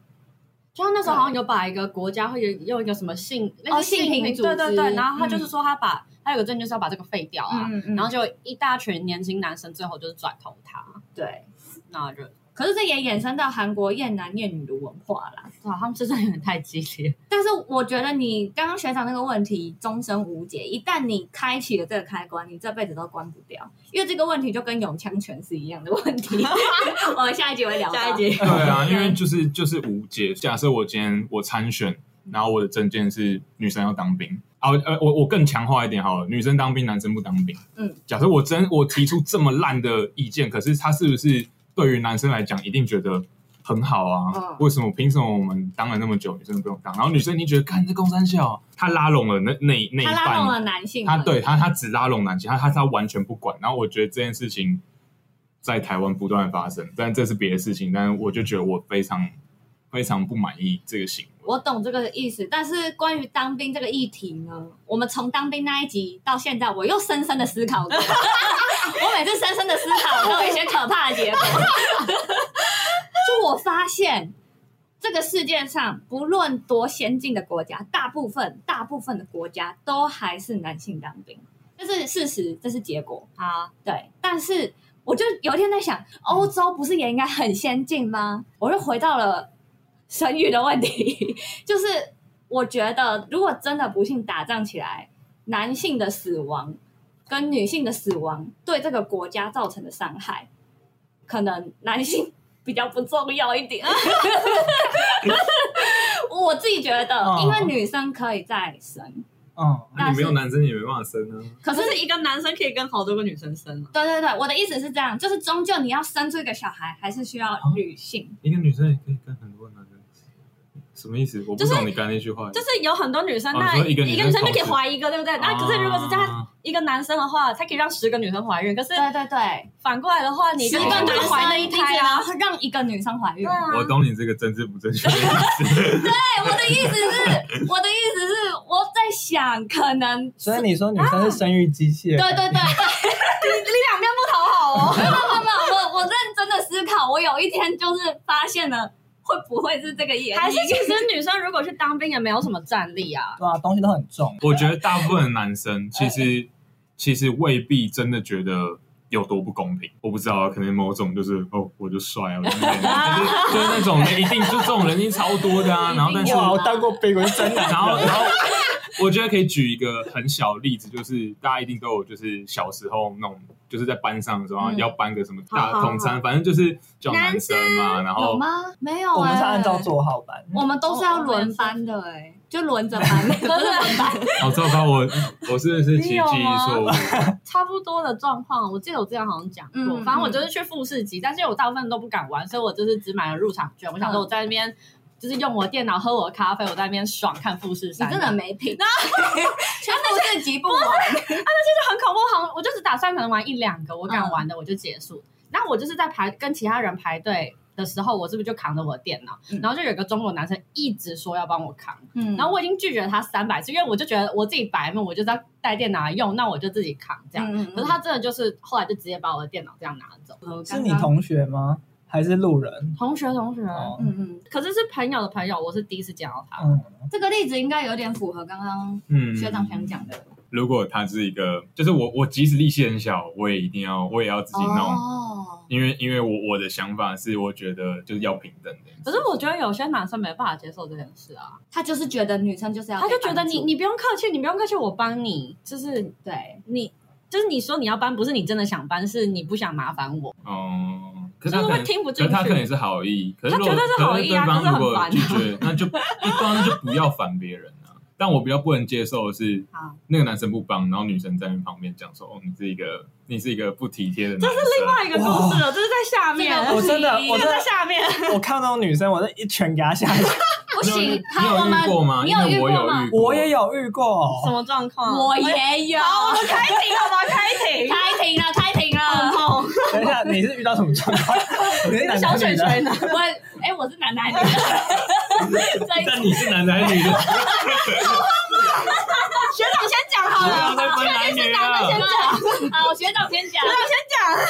Speaker 3: 就他那时候好像有把一个国家会有用一个什么性类
Speaker 1: 哦
Speaker 3: 似性
Speaker 1: 性平组织
Speaker 3: 对对对，然后他就是说他把、他有个证就是要把这个废掉啊，
Speaker 1: 嗯嗯嗯
Speaker 3: 然后就一大群年轻男生最后就是转投他，
Speaker 1: 对，
Speaker 3: 那就
Speaker 1: 可是这也衍生到韩国厌男厌女的文化啦。
Speaker 3: 哇，他们真的有点太激烈，
Speaker 1: 但是我觉得你刚刚学长那个问题终身无解，一旦你开启了这个开关，你这辈子都关不掉，因为这个问题就跟永枪拳是一样的问 题。我们下一集会聊到。
Speaker 3: 下一集。
Speaker 4: 对 啊，因为就是就是无解。假设我今天我参选，然后我的证件是女生要当兵啊，我呃，我我更强化一点好了，女生当兵，男生不当兵。
Speaker 1: 嗯，
Speaker 4: 假设我真我提出这么烂的意见，可是他是不是对于男生来讲一定觉得很好啊？
Speaker 1: 嗯
Speaker 4: 为什么凭什么我们当了那么久，女生不用当？然后女生你觉得，看这公三小，他拉拢了那那那一
Speaker 1: 他拉动了
Speaker 4: 半，
Speaker 1: 男性，
Speaker 4: 他对他他只拉拢男性，他他他完全不管。然后我觉得这件事情在台湾不断地发生，但这是别的事情，但我就觉得我非常非常不满意这个行为。
Speaker 1: 我懂这个意思，但是关于当兵这个议题呢，我们从当兵那一集到现在，我又深深的思考过， 我每次深深的思考都有一些可怕的结果。就我发现，这个世界上不论多先进的国家，大部分大部分的国家都还是男性当兵，这是事实，这是结果。
Speaker 3: 好，
Speaker 1: 对，但是我就有一天在想，欧洲不是也应该很先进吗？我又回到了生育的问题， 就是我觉得如果真的不幸打仗起来，男性的死亡跟女性的死亡对这个国家造成的伤害，可能男性比较不重要一点。我自己觉得，因为女生可以再生，
Speaker 2: 嗯，
Speaker 1: 那是
Speaker 4: 你没有男生，你也没办法生啊。
Speaker 1: 可是
Speaker 3: 就是一个男生可以跟好多个女生生了，
Speaker 1: 对对对，我的意思是这样，就是终究你要生出一个小孩，还是需
Speaker 2: 哦
Speaker 1: 要女性。
Speaker 4: 一个女生也可以跟很多男生，啊什么意思？我不懂你刚才那句话。
Speaker 3: 就是有很多女生，
Speaker 4: 哦
Speaker 3: 那
Speaker 4: 你说一
Speaker 3: 一
Speaker 4: 个
Speaker 3: 个
Speaker 4: 女生哦
Speaker 3: 女生就可以
Speaker 4: 同时
Speaker 3: 怀一个，对不对？那可是如果是这样，
Speaker 4: 啊
Speaker 3: 一个男生的话，他可以让十个女生怀孕，可是
Speaker 1: 对对对，
Speaker 3: 反过来的话，你
Speaker 1: 十
Speaker 3: 就
Speaker 1: 个
Speaker 3: 一个
Speaker 1: 男
Speaker 3: 男
Speaker 1: 生
Speaker 3: 怀那一
Speaker 1: 一
Speaker 3: 胎
Speaker 1: 胎
Speaker 3: 啊
Speaker 1: 啊，， 让一个女生怀孕。
Speaker 3: 对啊
Speaker 4: 我懂你这个政治不正 确的意思。
Speaker 1: 对，我的意思是，我的意思是，我在想，可能
Speaker 2: 所以你说女生是生育机器
Speaker 1: 对
Speaker 2: 人？
Speaker 1: 对对对，
Speaker 3: 你两边不讨好哦。
Speaker 1: 没有没有没有，我我认真的思考，我有一天就是发现了，会不会是这个原因？
Speaker 3: 还是其实女生如果去当兵也没有什么战力啊。
Speaker 2: 对啊，东西都很重。
Speaker 4: 我觉得大部分的男生其
Speaker 1: 嗯
Speaker 4: 实其实未必真的觉得有多不公平，我不知道啊，可能某种就是哦，我就帅啊，我就是美啊就是就是那种人，一定就这种人一定超多的啊。然后但是
Speaker 1: 一定有啊
Speaker 2: 哇，我当过兵，我是真的。
Speaker 4: 然 后，然后，我觉得可以举一个很小的例子，就是大家一定都有，就是小时候那种，就是在班上的时候、啊
Speaker 1: 嗯
Speaker 4: 要搬个什么
Speaker 3: 好好
Speaker 4: 大
Speaker 3: 好
Speaker 4: 统餐，反正就是叫男生嘛，然
Speaker 1: 有
Speaker 4: 后
Speaker 1: 吗？没有、欸，
Speaker 2: 哦我们是按照座号班。
Speaker 1: 我们都是要轮班的、哎，就轮着 班，不是轮班。
Speaker 4: 好哦糟糕，我我真的是奇
Speaker 3: 你
Speaker 4: 迹
Speaker 3: 有吗
Speaker 4: 错误，
Speaker 3: 差不多的状况，我记得我之前好像讲过，
Speaker 1: 嗯
Speaker 3: 反正我就是去复试级，但是我大部分都不敢玩，所以我就是只买了入场券。我
Speaker 1: 嗯
Speaker 3: 想说我在那边就是用我电脑喝我的咖啡，我在那边爽看富士
Speaker 1: 你
Speaker 3: 山，
Speaker 1: 真的
Speaker 3: 就
Speaker 1: 没品，全部是急不完。
Speaker 3: 很恐怖，好像我就只打算可能玩一两个我
Speaker 1: 嗯
Speaker 3: 敢玩的我就结束。那、我就是在排跟其他人排队的时候，我是不是就扛着我的电脑？
Speaker 1: 嗯
Speaker 3: 然后就有一个中国男生一直说要帮我扛，
Speaker 1: 嗯
Speaker 3: 然后我已经拒绝他三百次，因为我就觉得我自己白目，我就是要带电脑来用，那我就自己扛这样。
Speaker 1: 嗯嗯
Speaker 3: 可是他真的就是后来就直接把我的电脑这样拿走。
Speaker 2: 是你同学吗？还是路人？
Speaker 3: 同学，同学，
Speaker 2: 哦，
Speaker 1: 嗯嗯，
Speaker 3: 可是是朋友的朋友，我是第一次见到他。
Speaker 2: 嗯，
Speaker 1: 这个例子应该有点符合刚刚
Speaker 4: 嗯，
Speaker 1: 学长想讲的
Speaker 4: 如果他是一个，就是我我即使力气很小，我也一定要我也要自己弄，
Speaker 1: 哦。
Speaker 4: 因为因为我我的想法是，我觉得就是要平等的。
Speaker 3: 可是我觉得有些男生没办法接受这件事啊，
Speaker 1: 他就是觉得女生就是要
Speaker 3: 他
Speaker 1: 被
Speaker 3: 就觉得你
Speaker 1: 帮助
Speaker 3: 你不用客气，你不用客气，我帮你，就是
Speaker 1: 对
Speaker 3: 你就是你说你要搬，不是你真的想搬，是你不想麻烦我，
Speaker 4: 哦，可
Speaker 3: 就是是
Speaker 4: 他可
Speaker 3: 会
Speaker 4: 能
Speaker 3: 听不
Speaker 4: 可
Speaker 3: 进
Speaker 4: 是
Speaker 3: 去
Speaker 4: 他可。能是好意，可是
Speaker 3: 他
Speaker 4: 如果
Speaker 3: 绝对是好意啊
Speaker 4: 可是对方如
Speaker 3: 可是
Speaker 4: 果
Speaker 3: 很
Speaker 4: 拒
Speaker 3: 烦啊
Speaker 4: 绝， 那就对方就不要烦别人啊。但我比较不能接受的是
Speaker 3: 好，
Speaker 4: 那个男生不帮，然后女生在旁边讲说：“哦，你是一个你是一个不体贴的男生。”这是另
Speaker 3: 另外一个故事了，这是在下面，
Speaker 1: 这个
Speaker 2: 哦我真的，我
Speaker 3: 这
Speaker 2: 真
Speaker 3: 是在下面。
Speaker 2: 的，我看到那种女生，我就一拳给她下去。
Speaker 1: 不
Speaker 4: 你有遇
Speaker 1: 行，好，
Speaker 4: 你
Speaker 1: 我
Speaker 4: 有遇过吗？
Speaker 1: 们你有
Speaker 4: 因为
Speaker 1: 遇
Speaker 4: 我
Speaker 1: 过吗
Speaker 4: 有遇？过，
Speaker 2: 我也有遇
Speaker 5: 什
Speaker 2: 过，
Speaker 5: 么状况？
Speaker 1: 我也有，
Speaker 5: 好，我们开庭好吗？开庭。
Speaker 1: 哦开庭了，开庭
Speaker 3: 嗯
Speaker 5: 很
Speaker 1: 了。
Speaker 5: 痛，
Speaker 2: 等一下你是遇到什么状况？你是男
Speaker 5: 小
Speaker 2: 的
Speaker 5: 水
Speaker 2: 女的？
Speaker 5: 水呢？
Speaker 1: 我哎，我是男男的，
Speaker 3: 哎
Speaker 1: 这一次
Speaker 4: 但你是男的还是女的？
Speaker 5: 学长先讲好
Speaker 4: 不
Speaker 5: 了，
Speaker 4: 要再分男女了。
Speaker 1: 讲，好，学长先讲，
Speaker 5: 先讲。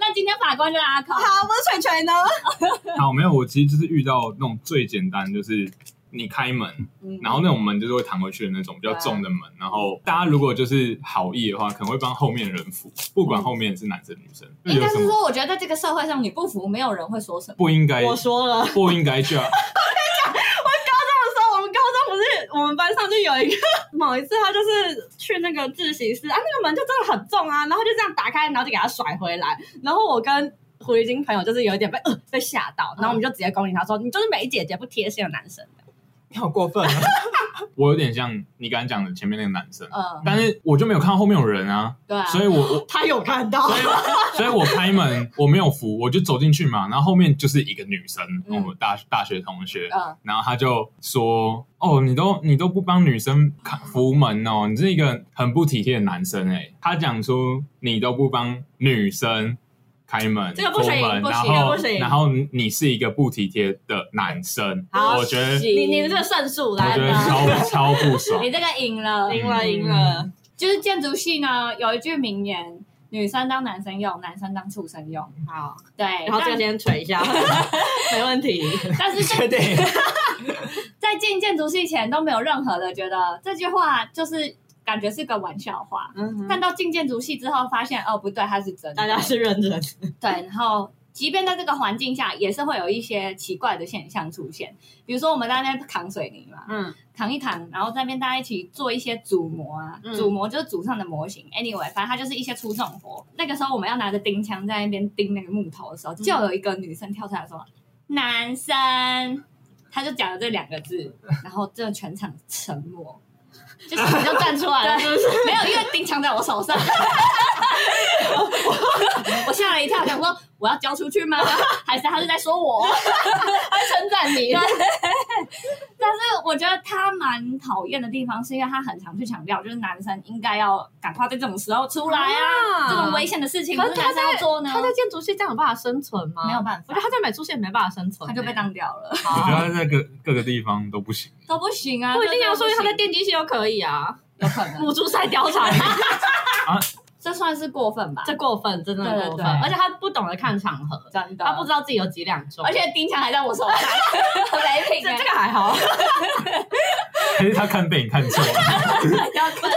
Speaker 1: 那今天法官就是阿考，
Speaker 5: 好，我是水水呢。
Speaker 4: 好，没有，我其实就是遇到那种最简单，就是你开门，
Speaker 1: 嗯
Speaker 4: 然后那种门就是会弹回去的那种比较
Speaker 1: 啊
Speaker 4: 重的门。然后大家如果就是好意的话，可能会帮后面的人扶，不管后面是男生女生，
Speaker 1: 嗯
Speaker 4: 就
Speaker 1: 应
Speaker 4: 有
Speaker 1: 该
Speaker 4: 什
Speaker 1: 是
Speaker 4: 么
Speaker 1: 说，我觉得在这个社会上，你不服，没有人会说什么。
Speaker 4: 不应该
Speaker 5: 我说了，
Speaker 4: 不应该叫，
Speaker 5: 那时候我们高中不是我们班上就有一个，某一次他就是去那个自习室啊，那个门就真的很重啊，然后就这样打开，然后就给他甩回来，然后我跟。狐狸精朋友就是有一点被、呃、被吓到，然后我们就直接攻击他说：“你就是没姐姐不贴心的男生。
Speaker 2: 你好过分啊！
Speaker 4: 我有点像你刚才讲的前面那个男生，啊
Speaker 1: 嗯，
Speaker 4: 但是我就没有看到后面有人啊，
Speaker 1: 对啊，
Speaker 4: 所以我我”
Speaker 5: 他有看到，
Speaker 4: 所以所以我开门我没有扶，我就走进去嘛，然后后面就是一个女生，我
Speaker 1: 嗯
Speaker 4: 们大大学同学，
Speaker 1: 嗯，
Speaker 4: 然后他就说：“哦，你都你都不帮女生看扶门哦，你是一个很不体贴的男生哎。”他讲出你都不帮女生开门、
Speaker 1: 这个不行
Speaker 4: 扶门，
Speaker 1: 不行
Speaker 4: 然
Speaker 1: 这
Speaker 4: 后
Speaker 5: 个不行
Speaker 4: 然后你是一个不体贴的男生，
Speaker 5: 好
Speaker 4: 我觉得
Speaker 5: 你你这个胜诉
Speaker 4: 我
Speaker 5: 来
Speaker 4: 觉得
Speaker 5: 了，
Speaker 4: 超超不 爽
Speaker 1: 你。这个赢 了，
Speaker 5: 赢了赢了，
Speaker 1: 就是建筑系呢有一句名言：女生当男生用，男生当畜生用。
Speaker 5: 好，
Speaker 1: 对，
Speaker 5: 然后这个先捶 一下，没问题。
Speaker 1: 但但是
Speaker 2: 确定？
Speaker 1: 在进建筑系前都没有任何的觉得这句话就是感觉是个玩笑话，
Speaker 5: 嗯
Speaker 1: 但到进建筑系之后发现哦不对，它是真的。
Speaker 5: 大家是认真，
Speaker 1: 对，然后即便在这个环境下，也是会有一些奇怪的现象出现，比如说我们在那边扛水泥嘛，
Speaker 5: 嗯，
Speaker 1: 扛一扛，然后在那边大家一起做一些组模啊，
Speaker 5: 嗯
Speaker 1: 组模就是组上的模型。Anyway，反正它就是一些粗重活。那个时候我们要拿着钉枪在那边钉那个木头的
Speaker 5: 嗯
Speaker 1: 时候，就有一个女生跳出来说：“男生。”她就讲了这两个字，然后这全场沉默，就是你就站出来 了，是不是？没有，因为钉枪在我手上， 我吓了一跳，想说我要交出去 吗？还是他是在说我？
Speaker 5: 称赞你
Speaker 1: 但是我觉得他蛮讨厌的地方，是因为他很常去强调，就是男生应该要赶快在这种时候出来啊，这种危险的事情不
Speaker 3: 可
Speaker 1: 是
Speaker 3: 是
Speaker 1: 男生要做呢，
Speaker 3: 他在建筑系这样有办法生存吗？
Speaker 1: 没有，办
Speaker 3: 我
Speaker 1: 法
Speaker 3: 觉得，他在美术系也没办法生存
Speaker 1: 他
Speaker 3: 欸，
Speaker 1: 就被当掉了，
Speaker 4: 我
Speaker 3: 好。
Speaker 4: 觉得他在各各个地方都不行。
Speaker 1: 都不行啊，
Speaker 3: 不一定要，
Speaker 1: 这
Speaker 3: 说
Speaker 1: 真的
Speaker 3: 明他
Speaker 1: 不
Speaker 3: 在
Speaker 1: 行
Speaker 3: 电机系都可以啊，
Speaker 1: 有可能，
Speaker 3: 母猪赛貂蝉，
Speaker 1: 这算是过分吧？
Speaker 3: 这过分，真的
Speaker 1: 对对
Speaker 3: 过
Speaker 1: 对
Speaker 3: 分，而且他不懂得看场合，
Speaker 1: 真的，
Speaker 3: 他不知道自己有几两重，
Speaker 1: 啊而且丁强还在我手上， 没
Speaker 3: 这
Speaker 1: 品
Speaker 3: 这
Speaker 1: 哎，
Speaker 3: 个还好，
Speaker 4: 还是他看被你看错了？
Speaker 1: 有可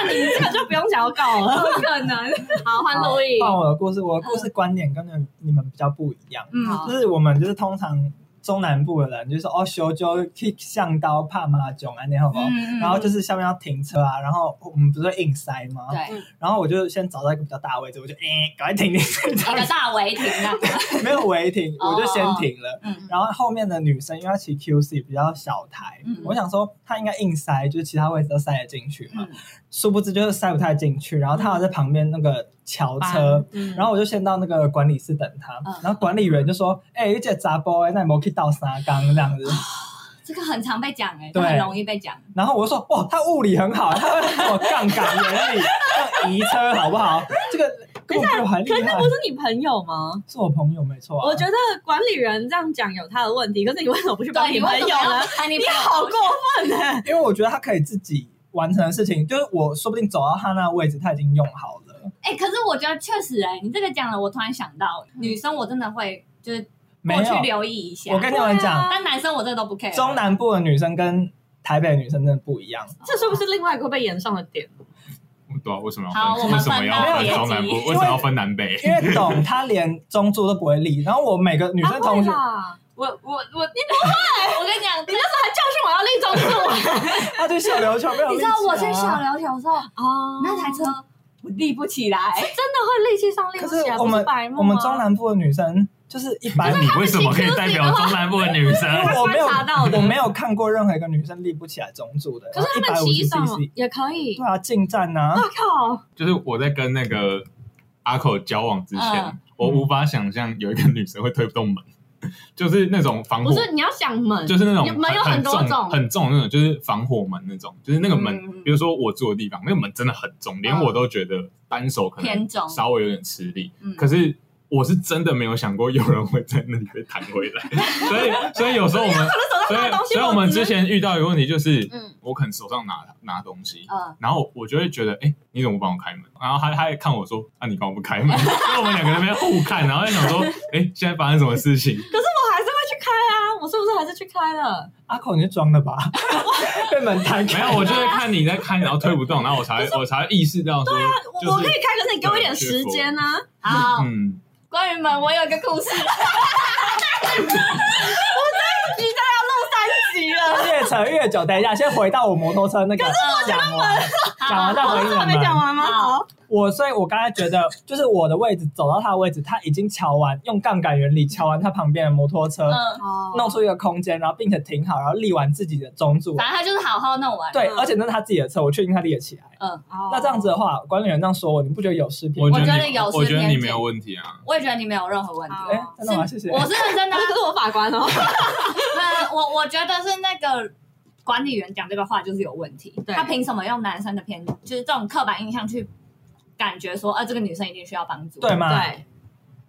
Speaker 3: 但你这个就不用想要告了。哦
Speaker 1: 有可能，
Speaker 3: 好，换录音，
Speaker 2: 换我的故事，我的故事观点跟你你们比较不一样。
Speaker 1: 嗯
Speaker 3: 好
Speaker 2: 就是我们就是通常中南部的人，就是说哦，修就 kick 上刀怕麻囧啊，你好不好？
Speaker 1: 嗯
Speaker 2: 然后就是下面要停车啊，然后我们不是会硬塞吗？
Speaker 1: 对。
Speaker 2: 然后我就先找到一个比较大的位置，我就诶，赶快停停停，这
Speaker 1: 一个
Speaker 2: 样
Speaker 1: 大违停 啊，
Speaker 2: 子没有违停，
Speaker 1: 哦
Speaker 2: 我就先停了。
Speaker 1: 嗯
Speaker 2: 然后后面的女生因为她骑 QC 比较小台，
Speaker 1: 嗯
Speaker 2: 我想说她应该硬塞，就是其他位置都塞得进去嘛。
Speaker 1: 嗯
Speaker 2: 殊不知就是塞不太进去，然后她还在旁边那个桥车，
Speaker 3: 嗯
Speaker 2: 然后我就先到那个管理室等她，
Speaker 1: 嗯
Speaker 2: 然后管理员就说：“哎、欸，这杂波哎，那你没去倒沙缸这样子。”
Speaker 1: 这个很常被讲哎，这
Speaker 2: 对
Speaker 1: 很容易被讲，
Speaker 2: 然后我就说，哇，他物理很好，他会做杠杆原理，像移车，好不好？这个根本比我还厉
Speaker 3: 可是那
Speaker 2: 害
Speaker 3: 不。是你朋友吗？
Speaker 2: 啊是我朋友没错、啊，
Speaker 3: 我觉得管理员这样讲有他的问题，可是你为什么不去帮
Speaker 1: 对，
Speaker 3: 你
Speaker 1: 你
Speaker 3: 朋
Speaker 1: 为什
Speaker 3: 友
Speaker 1: 么要
Speaker 3: 呢？
Speaker 1: 把哎你
Speaker 3: 你
Speaker 1: 朋友
Speaker 3: 好过分呢！
Speaker 2: 因为我觉得他可以自己完成的事情，就是我说不定走到他那个位置，他已经用好了。
Speaker 1: 哎、可是我觉得确实、哎，你这个讲了，我突然想到，女生我真的会就是
Speaker 2: 没
Speaker 1: 过去
Speaker 2: 有，
Speaker 1: 留意一下，
Speaker 2: 我跟你们
Speaker 3: 对
Speaker 2: 讲，
Speaker 3: 啊
Speaker 1: 但男生我真的都不 care。
Speaker 2: 中南部的女生跟台北的女生真的不一样。
Speaker 3: 这是不是另外一个被延上的点？
Speaker 4: 对啊，为什么
Speaker 1: 好
Speaker 4: 要
Speaker 1: 我
Speaker 4: 分？
Speaker 1: 们
Speaker 4: 为什么要
Speaker 2: 分
Speaker 4: 分
Speaker 2: 到
Speaker 4: 中南
Speaker 1: 别
Speaker 4: 部？
Speaker 1: 集
Speaker 4: 为什么要分南北？
Speaker 2: 因为懂，她连中柱都不会立。然后我每个女
Speaker 3: 啊
Speaker 2: 生同学，
Speaker 3: 啦，
Speaker 1: 我我我，你不会，我跟你讲，你
Speaker 3: 还教训我要立中柱
Speaker 2: 她对小琉球没有立
Speaker 1: 知
Speaker 2: 起来啊、
Speaker 1: 道我去小琉球的时候，
Speaker 3: 哦
Speaker 1: 那台车我立不起来，
Speaker 3: 真的会力气上力
Speaker 2: 可
Speaker 3: 不
Speaker 2: 是
Speaker 3: 起来，
Speaker 2: 我
Speaker 3: 不
Speaker 2: 们
Speaker 3: 是白目吗
Speaker 2: 我们中南部的女生就是一百
Speaker 4: 你为什么可以代表中南部的女 生？
Speaker 2: 因为我没有
Speaker 3: 观察到的
Speaker 2: 我没有看过任何一个女生立不起来中柱的。
Speaker 3: 可是他们骑
Speaker 2: 150
Speaker 3: 什么
Speaker 2: CC，
Speaker 3: 也可以
Speaker 2: 对。啊，近战呐、
Speaker 3: 我靠！
Speaker 4: 就是我在跟那个阿口交往之前，
Speaker 1: 嗯
Speaker 4: 我无法想象有一个女生会推不动门， 就是那种防火
Speaker 3: 不，是你要想门，
Speaker 4: 就是那种
Speaker 3: 有门有
Speaker 4: 很
Speaker 3: 很多
Speaker 4: 重
Speaker 3: 种
Speaker 4: 很重的那种，就是防火门那种，就是那个门，
Speaker 1: 嗯嗯嗯
Speaker 4: 比如说我住的地方，那个门真的很重，连
Speaker 1: 嗯
Speaker 4: 我都觉得单手可能
Speaker 1: 偏重
Speaker 4: 稍微有点吃力。
Speaker 1: 嗯
Speaker 4: 可是我是真的没有想过有人会在那里被弹回来，所以所以有时候我们，所
Speaker 5: 拿东
Speaker 4: 以
Speaker 5: 西
Speaker 4: 所以我
Speaker 5: 我
Speaker 4: 们
Speaker 5: 直接
Speaker 4: 之前遇到一个问题就是，
Speaker 1: 嗯
Speaker 4: 我可能手上拿拿东西，
Speaker 1: 嗯，
Speaker 4: 然后我就会觉得，哎、你怎么不帮我开门？然后他他也看我说，啊，你干嘛不开门？ 所以我们两个在那边互看，然后在想说，哎、现在发生什么事情？
Speaker 5: 我还是会去开啊，我是不是还是去开了？
Speaker 2: 阿口你是装的吧？ 被门 弹
Speaker 4: 没
Speaker 2: 开，
Speaker 4: 有，我就会看你在开，然后推不动，然后我才我才意识到说，
Speaker 3: 啊
Speaker 5: 我
Speaker 4: 就是
Speaker 5: 我可以开，可是你给我一点时间啊。
Speaker 1: 好，
Speaker 4: 嗯，
Speaker 1: 关于门，我有一个故事，
Speaker 5: 急了，
Speaker 2: 越扯越久。等一下，先回到我摩托车那个讲完， 讲完再哦回
Speaker 5: 我
Speaker 2: 你
Speaker 5: 是还
Speaker 2: 们
Speaker 5: 没。讲完吗？
Speaker 1: 好
Speaker 5: 好，
Speaker 2: 我所以，我刚才觉得，就是我的位置走到他的位置，他已经敲完，用杠杆原理敲完他旁边的摩托车，
Speaker 1: 嗯，
Speaker 2: 弄出一个空间，然后并且停好，然后立完自己的中柱。
Speaker 1: 反正他就是好好弄完，
Speaker 2: 对，
Speaker 5: 嗯
Speaker 2: 而且那是他自己的车，我确定他立得起来。
Speaker 1: 嗯，
Speaker 2: 那这样子的话，管理员这样说我，你不哦觉得有失偏
Speaker 4: 我
Speaker 2: 吗？
Speaker 4: 觉
Speaker 1: 我觉
Speaker 4: 得
Speaker 1: 得
Speaker 4: 你，
Speaker 1: 有失
Speaker 4: 我觉得你
Speaker 1: 偏见
Speaker 4: 没有问题啊。
Speaker 1: 我也觉得你没有任何问题，
Speaker 3: 好
Speaker 2: 哎，真的吗？谢谢。
Speaker 1: 我是认真的啊，
Speaker 5: 这是我法 官哦。
Speaker 1: 那我我觉得是那个管理员讲这个话就是有问题，
Speaker 3: 对
Speaker 1: 他凭什么用男生的偏，就是这种刻板印象去感觉说，呃，这个女生一定需要帮助，
Speaker 2: 对
Speaker 4: 啊
Speaker 2: 嘛？
Speaker 3: 对，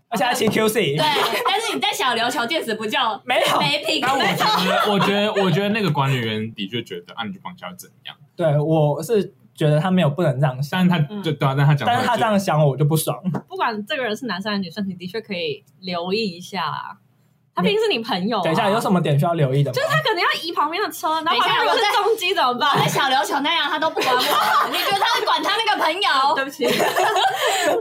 Speaker 2: 而且还骑 QC，
Speaker 1: 对，但是你在小琉球见识不叫
Speaker 2: 没有。
Speaker 1: 没品，
Speaker 4: 但我觉得，我觉得，我觉得那个管理员的确觉得，啊，你就帮一下怎样？
Speaker 2: 对，我是觉得他没有不能这样想，
Speaker 4: 但是他
Speaker 5: 嗯
Speaker 4: 就对啊，但他讲出来
Speaker 2: 但
Speaker 4: 就，
Speaker 2: 是他这样想我就不爽。
Speaker 1: 哦
Speaker 5: 不管这个人是男生还是女生，你的确可以留意一下啊。他毕竟是你朋友、啊。
Speaker 2: 等一下有什么点需要留意的吗？
Speaker 5: 他可能要移旁边的车，然后
Speaker 1: 等一
Speaker 5: 旁
Speaker 1: 下
Speaker 5: 边如果
Speaker 1: 我在
Speaker 5: 是重机怎么
Speaker 1: 我在
Speaker 5: 办？
Speaker 1: 小琉球那样，他都不管我，你觉得他会管他那个朋友？
Speaker 5: 对不起，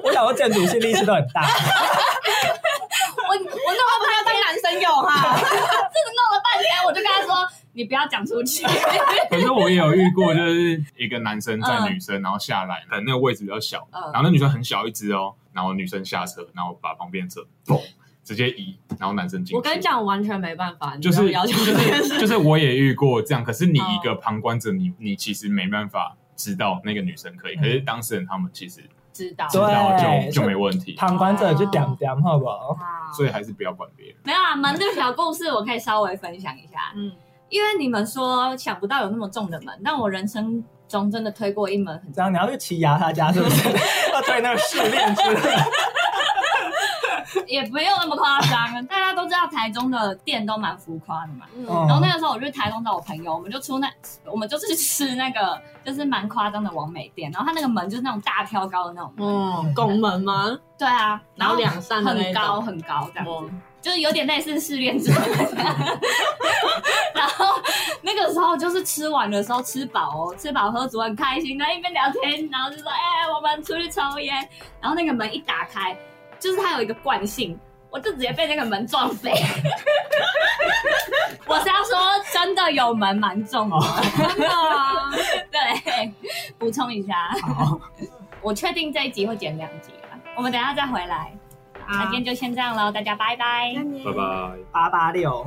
Speaker 2: 我想说建筑系力气都很大，
Speaker 1: 我我弄
Speaker 5: 他不是要当 男生用哈。
Speaker 1: 弄了半天，我就跟他说，你不要讲出去。
Speaker 4: 可是我也有遇过，就是一个男生载
Speaker 1: 嗯
Speaker 4: 女生，然后下来，可能那个位置比较小，
Speaker 1: 嗯
Speaker 5: 呃
Speaker 4: 然后那女生很小一只哦，然后女生下车，然后把旁边车砰直接移，然后男生进去。
Speaker 3: 我跟你讲，完全没办法，你
Speaker 4: 就
Speaker 3: 不
Speaker 4: 是
Speaker 3: 要要
Speaker 4: 就
Speaker 3: 求这哦件
Speaker 4: 是
Speaker 3: 事。
Speaker 4: 就是我也遇过这样，可是你一个旁观者，你你其实没办法知道那个女生可以，
Speaker 2: 嗯
Speaker 4: 可是当事人他们其实
Speaker 1: 知道
Speaker 4: 知道
Speaker 2: 对
Speaker 4: 就就没问题，
Speaker 2: 旁观者就点点，好不好？
Speaker 4: 所以还是不要管别人。
Speaker 1: 没有啊，门这个小故事我可以稍微分享一下，
Speaker 3: 嗯，
Speaker 1: 因为你们说想不到有那么重的门，但我人生中真的推过一门很
Speaker 2: 这样你要去骑牙他家是不是？ 要推那个试炼之类的，
Speaker 1: 也没有那么夸张。啊大家都知道台中的店都蛮浮夸的嘛。
Speaker 2: 嗯
Speaker 3: 哦
Speaker 1: 然后那个时候我去台中找我朋友，我们就出那，我们就是吃那个就是蛮夸张的王美店，然后它那个门就是那种大挑高的那种门，
Speaker 3: 嗯，拱门吗？
Speaker 1: 对啊，
Speaker 3: 然后两扇的那
Speaker 1: 很
Speaker 3: 一
Speaker 1: 高
Speaker 3: 种。
Speaker 1: 很高这样子
Speaker 3: 哦，
Speaker 1: 就是有点类似失恋之类的。 然后那个时候就是吃完的时候吃饱哦，吃饱喝足很开心，然后一边聊天，然后就说：“哎、我们出去抽烟。”然后那个门一打开，就是它有一个惯性，我就直接被那个门撞飞。 我是要说，真的有门蛮重的， 真的啊。对，补充一下，我确定这一集会剪两集啊，我啊们等一下再回来。那今天就先这样喽，大家拜拜。
Speaker 4: 拜拜。
Speaker 2: 八八六。